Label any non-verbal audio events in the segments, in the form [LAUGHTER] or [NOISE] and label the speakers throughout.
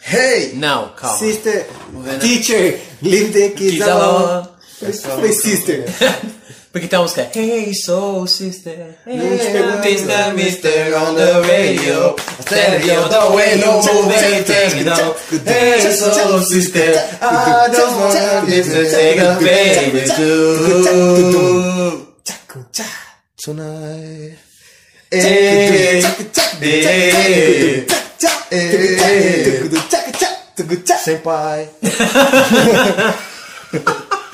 Speaker 1: Hey!
Speaker 2: Não, calma.
Speaker 1: Sister,
Speaker 2: Vamos ver, né?
Speaker 1: teacher, leave the kids,
Speaker 2: Kids
Speaker 1: alone.
Speaker 2: alone.
Speaker 1: Por isso que eu falei sister.
Speaker 2: Porque tem uma música. Hey, soul sister.
Speaker 1: Não te pergunto.
Speaker 2: It's the mister on the radio. Stand on the way, no move anything, no. Hey, soul sister. I don't wanna be the take a baby too.
Speaker 1: Tonight.
Speaker 2: Hey, hey.
Speaker 1: Sem pai.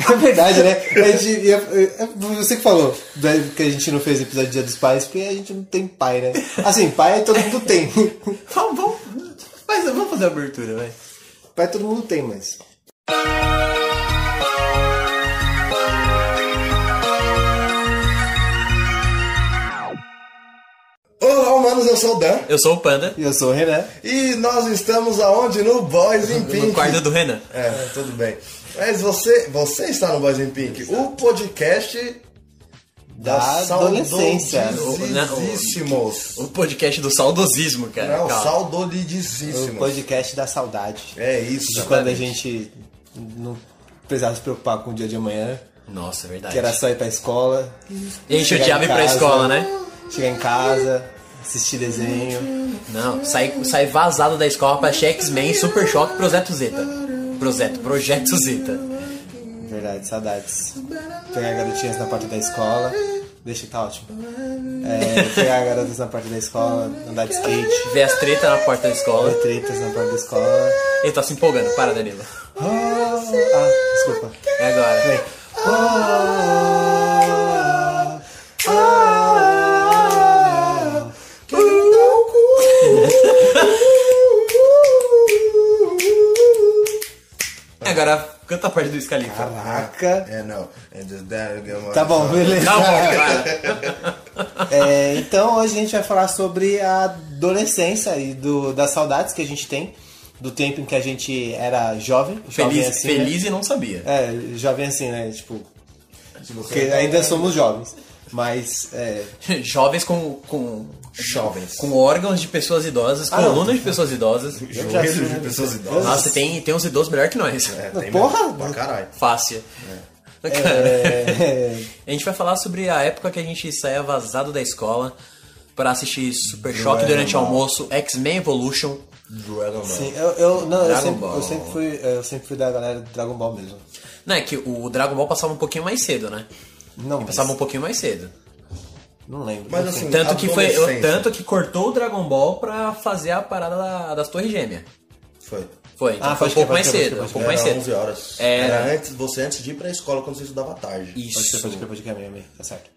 Speaker 1: É verdade, né? A gente ia- é você que falou né, que a gente não fez episódio de Dia dos Pais, porque a gente não tem pai, né? Assim, pai todo mundo tem. [LAUGHS]
Speaker 2: Vamos, vamos, Tá mas vamos fazer a abertura, vai.
Speaker 1: Pai todo mundo tem, mas.
Speaker 3: Olá, humanos, eu sou o Dan.
Speaker 2: Eu sou o Panda,
Speaker 1: E eu sou o Renan.
Speaker 3: E nós estamos aonde? No Boys in Pink.
Speaker 2: no quarto do Renan.
Speaker 3: É, tudo bem. Mas você, você está no Boys in Pink, o podcast da,
Speaker 1: Da adolescência.
Speaker 3: Saudosíssimos.
Speaker 2: O podcast do saudosismo, cara.
Speaker 3: Não,
Speaker 2: Calma.
Speaker 1: O
Speaker 3: saudolidíssimos.
Speaker 1: podcast da saudade.
Speaker 3: É
Speaker 1: De
Speaker 3: isso.
Speaker 1: quando a gente não precisava se preocupar com o dia de amanhã,
Speaker 2: Nossa, é verdade.
Speaker 1: que era só ir pra escola.
Speaker 2: E a gente
Speaker 1: chegar em
Speaker 2: odiava ir pra
Speaker 1: casa,
Speaker 2: escola, né?
Speaker 1: Chegar em casa, assistir desenho.
Speaker 2: Não, sai, sai vazado da escola pra achar X-Men, Super Choque, Projeto Zeta. Projeto, Projeto Zeta.
Speaker 1: Verdade, saudades. Pegar garotinhas na parte da escola. Deixa que tá ótimo. É, pegar garotas na parte da escola, andar de skate,
Speaker 2: Vê as tretas na porta da escola.
Speaker 1: ver tretas na parte da escola.
Speaker 2: Ele tá se empolgando, para, Danilo.
Speaker 1: Oh, ah, desculpa.
Speaker 2: É agora.
Speaker 1: Oh, oh, oh,
Speaker 2: É Agora canta a parte do Scalifa.
Speaker 1: Caraca.
Speaker 3: É, não. É just that, eu-
Speaker 1: Tá bom, beleza.
Speaker 2: Tá bom, cara.
Speaker 1: É, então hoje a gente vai falar sobre a adolescência e do, das saudades que a gente tem do tempo em que a gente era jovem. jovem
Speaker 2: Feliz,
Speaker 1: assim, né?
Speaker 2: feliz e não sabia. [LAUGHS]
Speaker 1: É, jovem assim, né? Tipo,
Speaker 3: Se você
Speaker 1: porque
Speaker 3: tá-
Speaker 1: ainda somos jovens. Mas é,
Speaker 2: Jovens com, com.
Speaker 3: Jovens.
Speaker 2: Com órgãos de pessoas idosas,
Speaker 1: Ah, não.
Speaker 2: colunas de
Speaker 1: [LAUGHS]
Speaker 2: pessoas idosas.
Speaker 1: eu já
Speaker 3: Joelhos
Speaker 1: sou-
Speaker 3: de pessoas idosas.
Speaker 2: Nossa, tem, tem uns idosos melhor que nós.
Speaker 3: É,
Speaker 1: Porra!
Speaker 3: mesmo, Pra caralho.
Speaker 2: [LAUGHS] Fácil. [LAUGHS] Cara,
Speaker 1: é,
Speaker 2: A gente vai falar sobre a época que a gente saía vazado da escola pra assistir Super Choque durante o almoço, X-Men Evolution.
Speaker 3: Dragon Ball.
Speaker 1: sim, eu, eu, não, eu,
Speaker 2: Dragon
Speaker 1: sempre, eu,
Speaker 2: Ball.
Speaker 1: sempre fui, eu sempre fui da galera do Dragon Ball mesmo.
Speaker 2: Não, é que o Dragon Ball passava um pouquinho mais cedo, né?
Speaker 1: Não, mas,
Speaker 2: Passava um pouquinho mais cedo.
Speaker 1: não lembro.
Speaker 3: Mas
Speaker 1: enfim.
Speaker 3: assim,
Speaker 2: Tanto que, foi,
Speaker 3: adolescência.
Speaker 2: tanto que cortou o Dragon Ball pra fazer a parada da- das Torres Gêmeas.
Speaker 3: Foi.
Speaker 2: Foi, então
Speaker 1: Ah,
Speaker 2: foi um
Speaker 1: pode crer,
Speaker 2: pouco mais
Speaker 1: pode crer,
Speaker 2: cedo.
Speaker 1: pode
Speaker 2: Um pouco mais
Speaker 3: Era
Speaker 2: cedo.
Speaker 3: 11 horas.
Speaker 1: É.
Speaker 2: Era.
Speaker 3: Era antes, você antes de ir pra escola quando você estudava tarde.
Speaker 1: Pode ser,
Speaker 2: Isso.
Speaker 1: pode crer, pode crer, minha mãe, tá certo.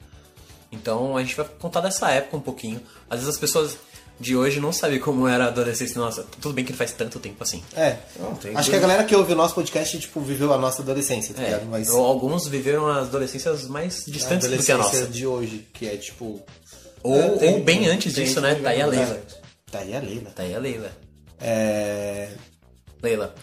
Speaker 2: Então a gente vai contar dessa época um pouquinho. Às vezes as pessoas de hoje não sabem como era a adolescência. Nossa, tudo bem que não faz tanto tempo assim.
Speaker 1: É.
Speaker 3: Não, tem
Speaker 1: Acho
Speaker 3: dois-
Speaker 1: que a galera que ouve o nosso podcast, tipo, viveu a nossa adolescência, tá
Speaker 2: É,
Speaker 1: ligado? Mas
Speaker 2: ou alguns viveram as adolescências mais
Speaker 1: a
Speaker 2: distantes do que
Speaker 1: adolescência
Speaker 2: a nossa.
Speaker 1: de hoje, que é tipo.
Speaker 2: Ou,
Speaker 3: É, tem-
Speaker 2: ou bem
Speaker 3: tem-
Speaker 2: antes
Speaker 3: tem-
Speaker 2: disso, né?
Speaker 3: tem-
Speaker 2: Tá aí a
Speaker 3: tem-
Speaker 2: Leila.
Speaker 1: Tá aí a Leila.
Speaker 2: Tá aí a Leila.
Speaker 1: É.
Speaker 2: Leila,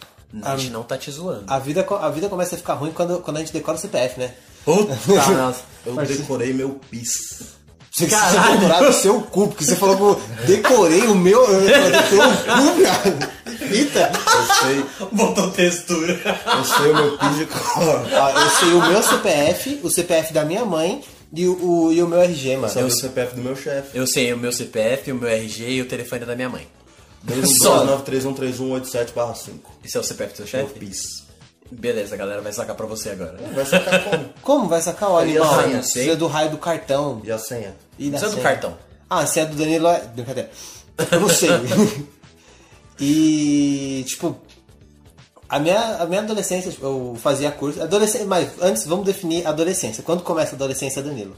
Speaker 2: a gente não tá te zoando.
Speaker 1: A vida, co- a vida começa a ficar ruim quando, quando a gente decora o CPF, né?
Speaker 2: Puta, nossa.
Speaker 3: Eu decorei meu PIS.
Speaker 1: Você
Speaker 2: Caralho!
Speaker 1: decorado o seu cu, porque você falou que eu decorei o meu. Eu decorei o cu, cara. Eita!
Speaker 3: Eu sei,
Speaker 2: Botou textura.
Speaker 3: eu sei o meu PIS de cor.
Speaker 1: Ó, eu sei o meu CPF, o CPF da minha mãe e o, o- e o meu RG, mano.
Speaker 3: Só o CPF do meu chefe.
Speaker 2: Eu sei o meu CPF, o meu RG e o telefone é da minha mãe. Só.
Speaker 3: 293313187/5.
Speaker 2: Esse é o CPF do seu
Speaker 3: Meu
Speaker 2: chefe?
Speaker 3: PIS.
Speaker 2: Beleza, a galera vai sacar pra você agora.
Speaker 3: Vai sacar como?
Speaker 1: Como vai sacar o
Speaker 3: E a
Speaker 1: animal?
Speaker 3: senha,
Speaker 1: Precisa
Speaker 2: sei.
Speaker 1: do raio do cartão.
Speaker 3: E a senha?
Speaker 1: E da
Speaker 2: Precisa é assim, do
Speaker 1: senha.
Speaker 2: cartão.
Speaker 1: Ah, se é do Danilo é. Brincadeira. Eu não
Speaker 2: [LAUGHS]
Speaker 1: sei. e, tipo. A minha, a minha adolescência, tipo, eu fazia curso. Adolescência, mas antes vamos definir a adolescência. Quando começa a adolescência, Danilo?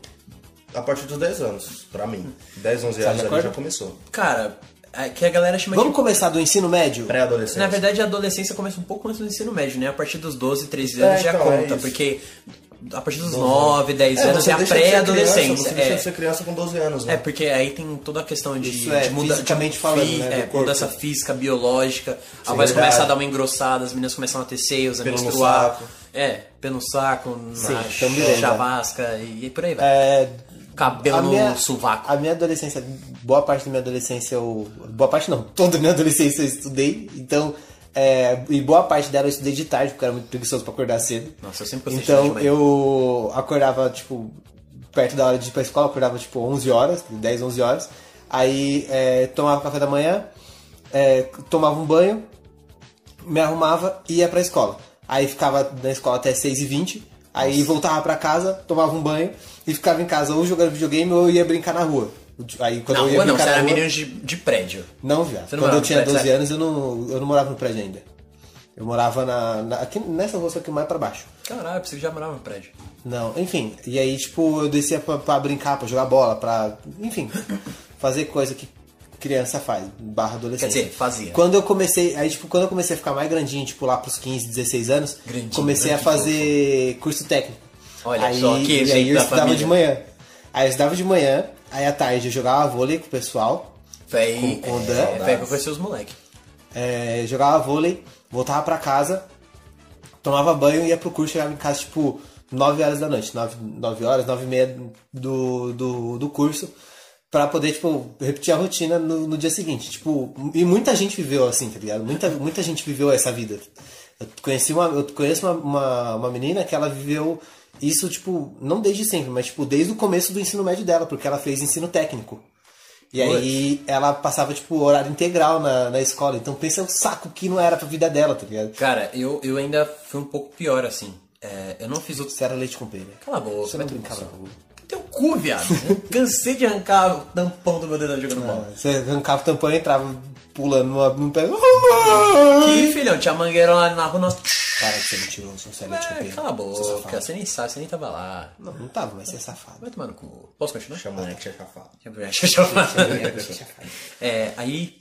Speaker 3: A partir dos 10 anos, pra mim. 10, 11
Speaker 1: Sabe
Speaker 3: anos ali
Speaker 1: acorda?
Speaker 3: já começou.
Speaker 2: Cara, é que a galera chama
Speaker 1: Vamos
Speaker 2: de...
Speaker 1: começar do ensino médio?
Speaker 3: Pré-adolescência.
Speaker 2: Na verdade, a adolescência começa um pouco antes do ensino médio, né? A partir dos 12, 13 anos
Speaker 3: É,
Speaker 2: já
Speaker 3: então, é
Speaker 2: conta,
Speaker 3: isso.
Speaker 2: porque a partir dos 9, 10 anos
Speaker 3: você
Speaker 2: é a
Speaker 3: deixa de ser criança,
Speaker 2: pré-adolescência.
Speaker 3: Você deixa
Speaker 2: É.
Speaker 3: de ser criança com 12 anos, né?
Speaker 2: É, porque aí tem toda a questão de,
Speaker 1: Isso é,
Speaker 2: de muda-
Speaker 1: fisicamente
Speaker 2: de
Speaker 1: falando,
Speaker 2: fi-
Speaker 1: né, do
Speaker 2: é,
Speaker 1: corpo.
Speaker 2: mudança física, biológica, a voz
Speaker 3: verdade.
Speaker 2: começa a dar uma engrossada, as meninas começam a ter seios, a
Speaker 3: Pelo no
Speaker 2: menstruar.
Speaker 3: saco.
Speaker 2: É, pelo saco, na
Speaker 1: Sim, também lembra.
Speaker 2: chavasca e, e por aí vai.
Speaker 1: É,
Speaker 2: Cabelo
Speaker 1: a
Speaker 2: no
Speaker 1: minha-
Speaker 2: sovaco.
Speaker 1: A minha adolescência, boa parte da minha adolescência eu. Boa parte não, toda a minha adolescência eu estudei, então É, e boa parte dela eu estudei de tarde, porque eu era muito preguiçoso pra acordar cedo.
Speaker 2: Nossa, eu sempre gostei de
Speaker 1: Então
Speaker 2: Batman.
Speaker 1: eu acordava, tipo, perto da hora de ir pra escola, acordava, tipo, 11 horas, 10, 11 horas. Aí é, tomava café da manhã, é, tomava um banho, me arrumava e ia pra escola. Aí ficava na escola até 6h20, aí voltava pra casa, tomava um banho e ficava em casa ou jogando videogame ou ia brincar na rua. Aí quando
Speaker 2: Na
Speaker 1: eu ia
Speaker 2: rua não,
Speaker 1: brincar
Speaker 2: você
Speaker 1: na
Speaker 2: era
Speaker 1: rua,
Speaker 2: menino de, de prédio.
Speaker 1: não, viado.
Speaker 2: Você não
Speaker 1: Quando
Speaker 2: morava
Speaker 1: eu
Speaker 2: no
Speaker 1: tinha
Speaker 2: prédio,
Speaker 1: 12
Speaker 2: sabe?
Speaker 1: anos, eu não, eu não morava no prédio ainda. Eu morava na, na- aqui, nessa rua, só que mais pra baixo.
Speaker 2: Caralho, eu pensei que já morava no prédio.
Speaker 1: Não, enfim. E aí, tipo, eu descia pra, pra brincar, pra jogar bola, pra. Enfim, fazer coisa que criança faz, barra adolescente.
Speaker 2: Quer dizer, fazia.
Speaker 1: Quando eu comecei. Aí, tipo, quando eu comecei a ficar mais grandinho, tipo, lá pros 15, 16 anos,
Speaker 2: Grandinho,
Speaker 1: comecei a
Speaker 2: grande
Speaker 1: fazer curso técnico.
Speaker 2: Olha
Speaker 1: aí,
Speaker 2: só que
Speaker 1: e aí
Speaker 2: jeito
Speaker 1: eu
Speaker 2: da
Speaker 1: estudava
Speaker 2: família.
Speaker 1: de manhã. Aí eu estudava de manhã, aí à tarde eu jogava vôlei com o pessoal.
Speaker 2: Véi,
Speaker 1: Com- com
Speaker 2: é,
Speaker 1: Dan.
Speaker 2: véi, que eu conheci os moleques.
Speaker 1: É, jogava vôlei, voltava pra casa, tomava banho, ia pro curso, chegava em casa tipo 9 horas da noite, 9, 9 horas, 9 e meia do, do, do curso, pra poder, tipo, repetir a rotina no, no dia seguinte. Tipo, e muita gente viveu assim, tá ligado? Muita, muita gente viveu essa vida. Eu conheci uma, eu conheço uma, uma, uma menina que ela viveu isso, tipo, não desde sempre, mas tipo, desde o começo do ensino médio dela, porque ela fez ensino técnico. E
Speaker 2: Putz.
Speaker 1: aí ela passava, tipo, horário integral na, na escola. Então pensa o saco que não era pra vida dela, tá ligado?
Speaker 2: Cara, eu, eu ainda fui um pouco pior, assim. É, eu não fiz o...
Speaker 1: Você era leite com pera.
Speaker 2: Cala a boca,
Speaker 1: Você
Speaker 2: vai
Speaker 1: não
Speaker 2: tomar
Speaker 1: brincava
Speaker 2: no
Speaker 1: com
Speaker 2: seu- Teu cu, viado. Eu
Speaker 1: [LAUGHS]
Speaker 2: cansei de arrancar o tampão do meu dedão jogando bola.
Speaker 1: Você arrancava o tampão e entrava pulando numa, num pé. [LAUGHS]
Speaker 2: Que filhão, tinha mangueira lá na rua, nós...
Speaker 1: Cara, que você é mentiroso, você é leite com
Speaker 2: Véi,
Speaker 1: pera.
Speaker 2: cala a
Speaker 1: Você é safado.
Speaker 2: boca, você nem sabe, você nem tava lá.
Speaker 1: Não, não tava, mas você é
Speaker 2: [LAUGHS]
Speaker 1: safado.
Speaker 2: Vai tomar no cu. Posso continuar?
Speaker 3: Chama o moleque de chafado.
Speaker 2: Deixa eu ver, deixa eu falar.
Speaker 1: Deixa eu falar.
Speaker 2: [LAUGHS] É, aí,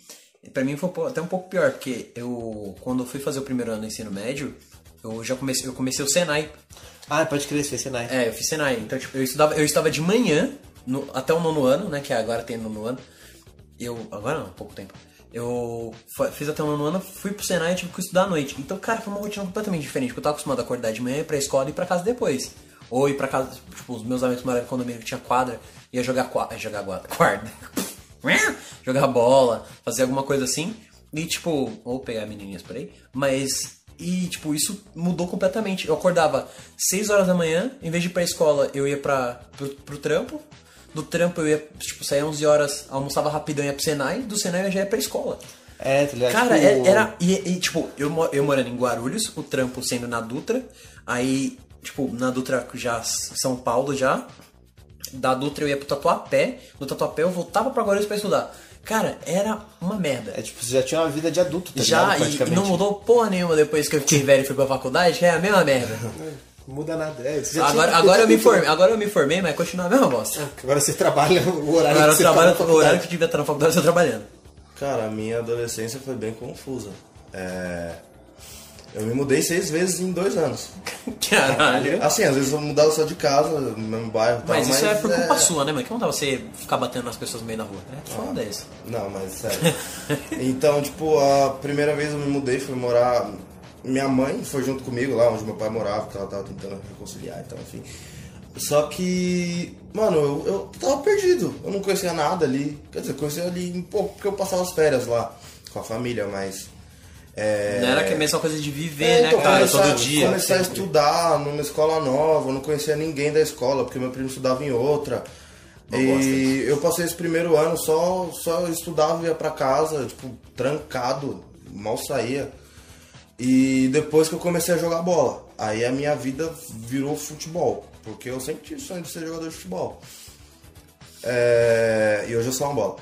Speaker 2: pra mim foi um pouco- até um pouco pior, porque eu, quando eu fui fazer o primeiro ano do ensino médio, eu já comecei, eu comecei o Senai.
Speaker 1: Ah, pode crer, você fez Senai.
Speaker 2: É, eu fiz Senai. Então, tipo, eu estudava, eu estudava de manhã, no- até o nono ano, né, que agora tem nono ano. Eu, agora não, pouco tempo. Eu fa- fiz até o nono ano, fui pro Senai e tive que estudar à noite. Então, cara, foi uma rotina completamente diferente, porque eu tava acostumado a acordar de manhã, ir pra escola e ir pra casa depois. Ou ir pra casa, tipo, os meus amigos moravam em condomínio que tinha quadra, ia jogar quadra, [LAUGHS] jogar guarda, quarta. jogar bola, fazer alguma coisa assim. E tipo, ou pegar menininhas por aí. Mas, e tipo, isso mudou completamente. Eu acordava 6 horas da manhã, em vez de ir pra escola, eu ia pra, pro, pro trampo. Do trampo eu ia, tipo, saía 11 horas, almoçava rapidão e ia pro Senai. Do Senai eu já ia pra escola.
Speaker 1: É, tá ligado?
Speaker 2: Cara,
Speaker 1: Tipo,
Speaker 2: é- era. E, e, tipo, eu, mo- eu morando em Guarulhos, o trampo sendo na Dutra. Aí, tipo, na Dutra já, São Paulo já. Da Dutra eu ia pro Tatuapé. Do Tatuapé eu voltava pra Guarulhos pra estudar. Cara, era uma merda.
Speaker 1: É tipo, você já tinha uma vida de adulto, tá
Speaker 2: já,
Speaker 1: ligado?
Speaker 2: e, e
Speaker 1: Praticamente.
Speaker 2: não mudou porra nenhuma depois que eu fiquei velho e fui pra faculdade, que é a mesma merda.
Speaker 1: Muda nada. É, você [LAUGHS] já tinha
Speaker 2: Agora,
Speaker 1: vida
Speaker 2: agora,
Speaker 1: de
Speaker 2: eu
Speaker 1: adulto,
Speaker 2: me
Speaker 1: né?
Speaker 2: formei, agora eu me formei, mas continua a mesma bosta.
Speaker 1: Agora você trabalha o horário
Speaker 2: Agora
Speaker 1: que
Speaker 2: eu
Speaker 1: você
Speaker 2: trabalho,
Speaker 1: tá na
Speaker 2: o horário
Speaker 1: faculdade.
Speaker 2: que eu devia estar na faculdade eu tô trabalhando. [LAUGHS]
Speaker 3: Cara, a minha adolescência foi bem confusa. É... Eu me mudei seis vezes em dois anos.
Speaker 2: Caralho.
Speaker 3: Assim, às vezes eu mudava só de casa, no mesmo bairro e tal,
Speaker 2: Mas isso é por culpa
Speaker 3: é-
Speaker 2: sua, né, mano? Que não dá você ficar batendo nas pessoas no meio da rua. É foda isso.
Speaker 3: Não, mas sério. [LAUGHS] então, tipo, a primeira vez eu me mudei, fui morar. Minha mãe foi junto comigo lá onde meu pai morava, porque ela tava tentando reconciliar, então, enfim. Só que, mano, eu, eu tava perdido. Eu não conhecia nada ali. Quer dizer, eu conhecia ali um pouco porque eu passava as férias lá com a família, mas. É...
Speaker 2: Não era que a mesma coisa de viver,
Speaker 3: É,
Speaker 2: né,
Speaker 3: então,
Speaker 2: cara?
Speaker 3: começar-
Speaker 2: Todo dia.
Speaker 3: Começar a estudar numa escola nova, eu não conhecia ninguém da escola, porque meu primo estudava em outra.
Speaker 2: gosto
Speaker 3: e eu passei esse primeiro ano só, só estudava e ia pra casa, tipo, trancado, mal saía. E depois que eu comecei a jogar bola, aí a minha vida virou futebol, porque eu sempre tive sonho de ser jogador de futebol. É, E hoje eu sou uma bola.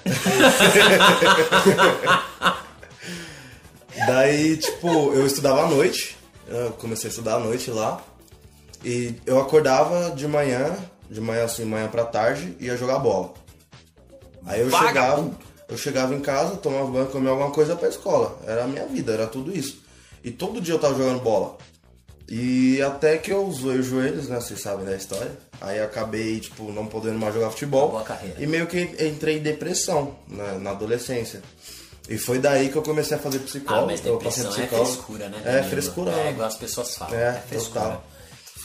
Speaker 3: Daí, tipo, eu estudava à noite. Eu comecei a estudar à noite lá. E eu acordava de manhã, de manhã assim, manhã pra tarde, e ia jogar bola. Aí eu chegava,
Speaker 2: Vagabundo.
Speaker 3: eu chegava em casa, tomava banho, comia alguma coisa pra escola. Era a minha vida, era tudo isso. E todo dia eu tava jogando bola. E até que eu zoei os joelhos, né? Vocês sabem da história. Aí eu acabei, tipo, não podendo mais jogar futebol.
Speaker 2: Acabou a carreira.
Speaker 3: E meio que entrei em depressão na, na adolescência. E foi daí que eu comecei a fazer psicólogo.
Speaker 2: Ah, mas
Speaker 3: eu passei
Speaker 2: depressão é
Speaker 3: psicólogo.
Speaker 2: frescura, né?
Speaker 3: É,
Speaker 2: Danilo?
Speaker 3: frescura.
Speaker 2: É igual as pessoas falam.
Speaker 3: É,
Speaker 2: É, frescura.
Speaker 3: total.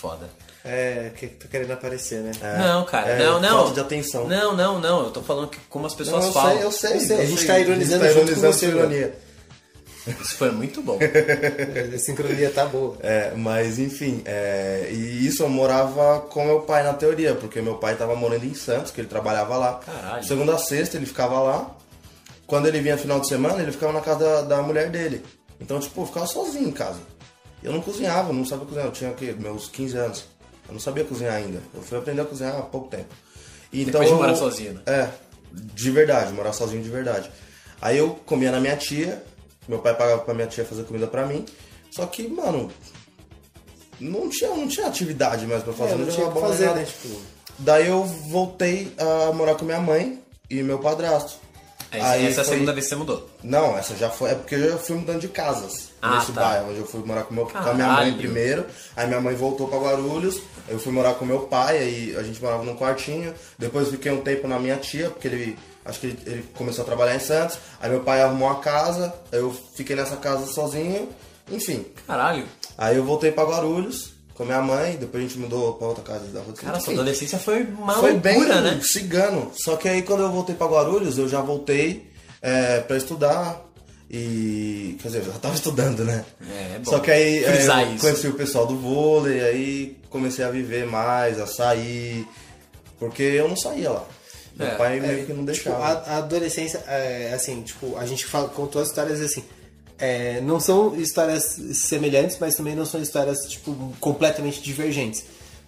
Speaker 2: Foda.
Speaker 1: É, que tá querendo aparecer, né?
Speaker 2: Não, cara,
Speaker 3: é,
Speaker 2: não, não.
Speaker 3: falta de atenção.
Speaker 2: Não, não, não. Eu tô falando que como as pessoas
Speaker 3: eu
Speaker 2: falam.
Speaker 3: sei, eu sei,
Speaker 1: Eu sei, a gente
Speaker 3: sei.
Speaker 1: tá ironizando
Speaker 3: A gente
Speaker 1: junto com
Speaker 3: ironizando
Speaker 1: você,
Speaker 3: sua
Speaker 1: mano.
Speaker 3: ironia.
Speaker 2: Isso foi muito
Speaker 3: [LAUGHS]
Speaker 2: bom.
Speaker 1: A sincronia tá boa.
Speaker 3: É, mas enfim, é, e isso eu morava com meu pai na teoria, porque meu pai tava morando em Santos, que ele trabalhava lá.
Speaker 2: Caralho.
Speaker 3: Segunda a sexta ele ficava lá. Quando ele vinha final de semana, ele ficava na casa da, da mulher dele. Então, tipo, eu ficava sozinho em casa. Eu não cozinhava, não sabia cozinhar. Eu tinha o quê? Meus 15 anos. Eu não sabia cozinhar ainda. Eu fui aprender a cozinhar há pouco tempo. E Então,
Speaker 2: Depois de morar
Speaker 3: eu-
Speaker 2: sozinho, né?
Speaker 3: É, de verdade, morar sozinho de verdade. Aí eu comia na minha tia, meu pai pagava pra minha tia fazer comida pra mim. Só que, mano, não tinha, não tinha atividade mais pra fazer.
Speaker 1: É, não
Speaker 3: jogava
Speaker 1: tinha o que
Speaker 3: bola,
Speaker 1: fazer,
Speaker 3: nada.
Speaker 1: né? Tipo,
Speaker 3: Daí eu voltei a morar com minha mãe e meu padrasto.
Speaker 2: Aí, essa é a
Speaker 3: foi-
Speaker 2: segunda vez que você mudou.
Speaker 3: não, essa já foi. É porque eu já fui mudando de casas
Speaker 2: Ah,
Speaker 3: nesse
Speaker 2: tá.
Speaker 3: bairro. Onde eu fui morar com, meu, com a minha mãe
Speaker 2: Caralho.
Speaker 3: primeiro. Aí minha mãe voltou pra Guarulhos. Eu fui morar com meu pai. Aí a gente morava num quartinho. Depois fiquei um tempo na minha tia, porque ele. Acho que ele, ele começou a trabalhar em Santos. Aí meu pai arrumou a casa. Eu fiquei nessa casa sozinho. Enfim.
Speaker 2: Caralho.
Speaker 3: Aí eu voltei pra Guarulhos com minha mãe. Depois a gente mudou pra outra casa da rua.
Speaker 2: Cara, sua
Speaker 3: Enfim.
Speaker 2: adolescência foi uma
Speaker 3: Foi bem
Speaker 2: loucura, né?
Speaker 3: cigano. Só que aí quando eu voltei pra Guarulhos, eu já voltei é, pra estudar. E. Quer dizer, eu já tava [LAUGHS] estudando, né?
Speaker 2: É, é bom.
Speaker 3: Só que aí é,
Speaker 2: Frisar
Speaker 3: eu
Speaker 2: isso.
Speaker 3: conheci o pessoal do vôlei, aí comecei a viver mais, a sair. Porque eu não saía lá. Meu
Speaker 2: É,
Speaker 3: pai
Speaker 1: É,
Speaker 3: meio que não
Speaker 1: tipo,
Speaker 3: deixava.
Speaker 1: a, a adolescência, é, assim, tipo, a gente fala, contou as histórias assim. é, não são histórias semelhantes, mas também não são histórias, tipo, completamente divergentes.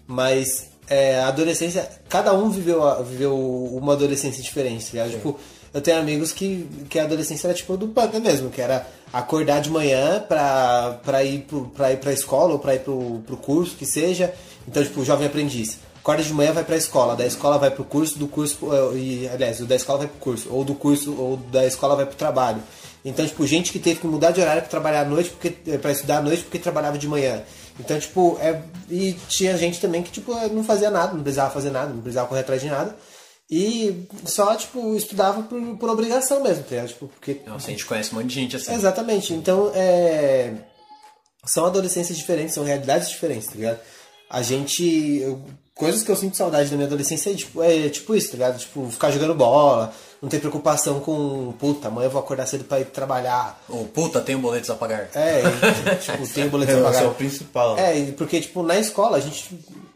Speaker 1: Mas é, a adolescência, cada um viveu, a- viveu uma adolescência diferente, tá ligado? Tipo, eu tenho amigos que, que a adolescência era tipo do panda mesmo, que era acordar de manhã pra, pra, ir, pro, pra ir pra escola ou pra ir pro, pro curso, que seja. Então, tipo, jovem aprendiz. Acorda de manhã, vai pra escola, da escola vai pro curso, do curso, eh, e, aliás, o da escola vai pro curso, ou do curso, ou da escola vai pro trabalho. Então, tipo, gente que teve que mudar de horário pra trabalhar à noite, porque, eh, pra estudar à noite, porque trabalhava de manhã. Então, tipo, é, e tinha gente também que, tipo, eh, não fazia nada, não precisava fazer nada, não precisava correr atrás de nada. E só, tipo, estudava por, por obrigação mesmo, tá ligado? Tipo, porque
Speaker 2: Nossa, a gente conhece um monte de gente assim.
Speaker 1: Exatamente. Então, é... são adolescências diferentes, são realidades diferentes, tá ligado? A gente. eu- Coisas que eu sinto saudade da minha adolescência é tipo, é tipo isso, tá ligado? Tipo, ficar jogando bola, não ter preocupação com, puta, amanhã eu vou acordar cedo pra ir trabalhar.
Speaker 2: Ô, puta, tem boletos a pagar.
Speaker 1: É, e, [LAUGHS] tipo, tem boletim pra
Speaker 3: Esse é o
Speaker 1: pagar.
Speaker 3: principal. né?
Speaker 1: É, e porque, tipo, na escola a gente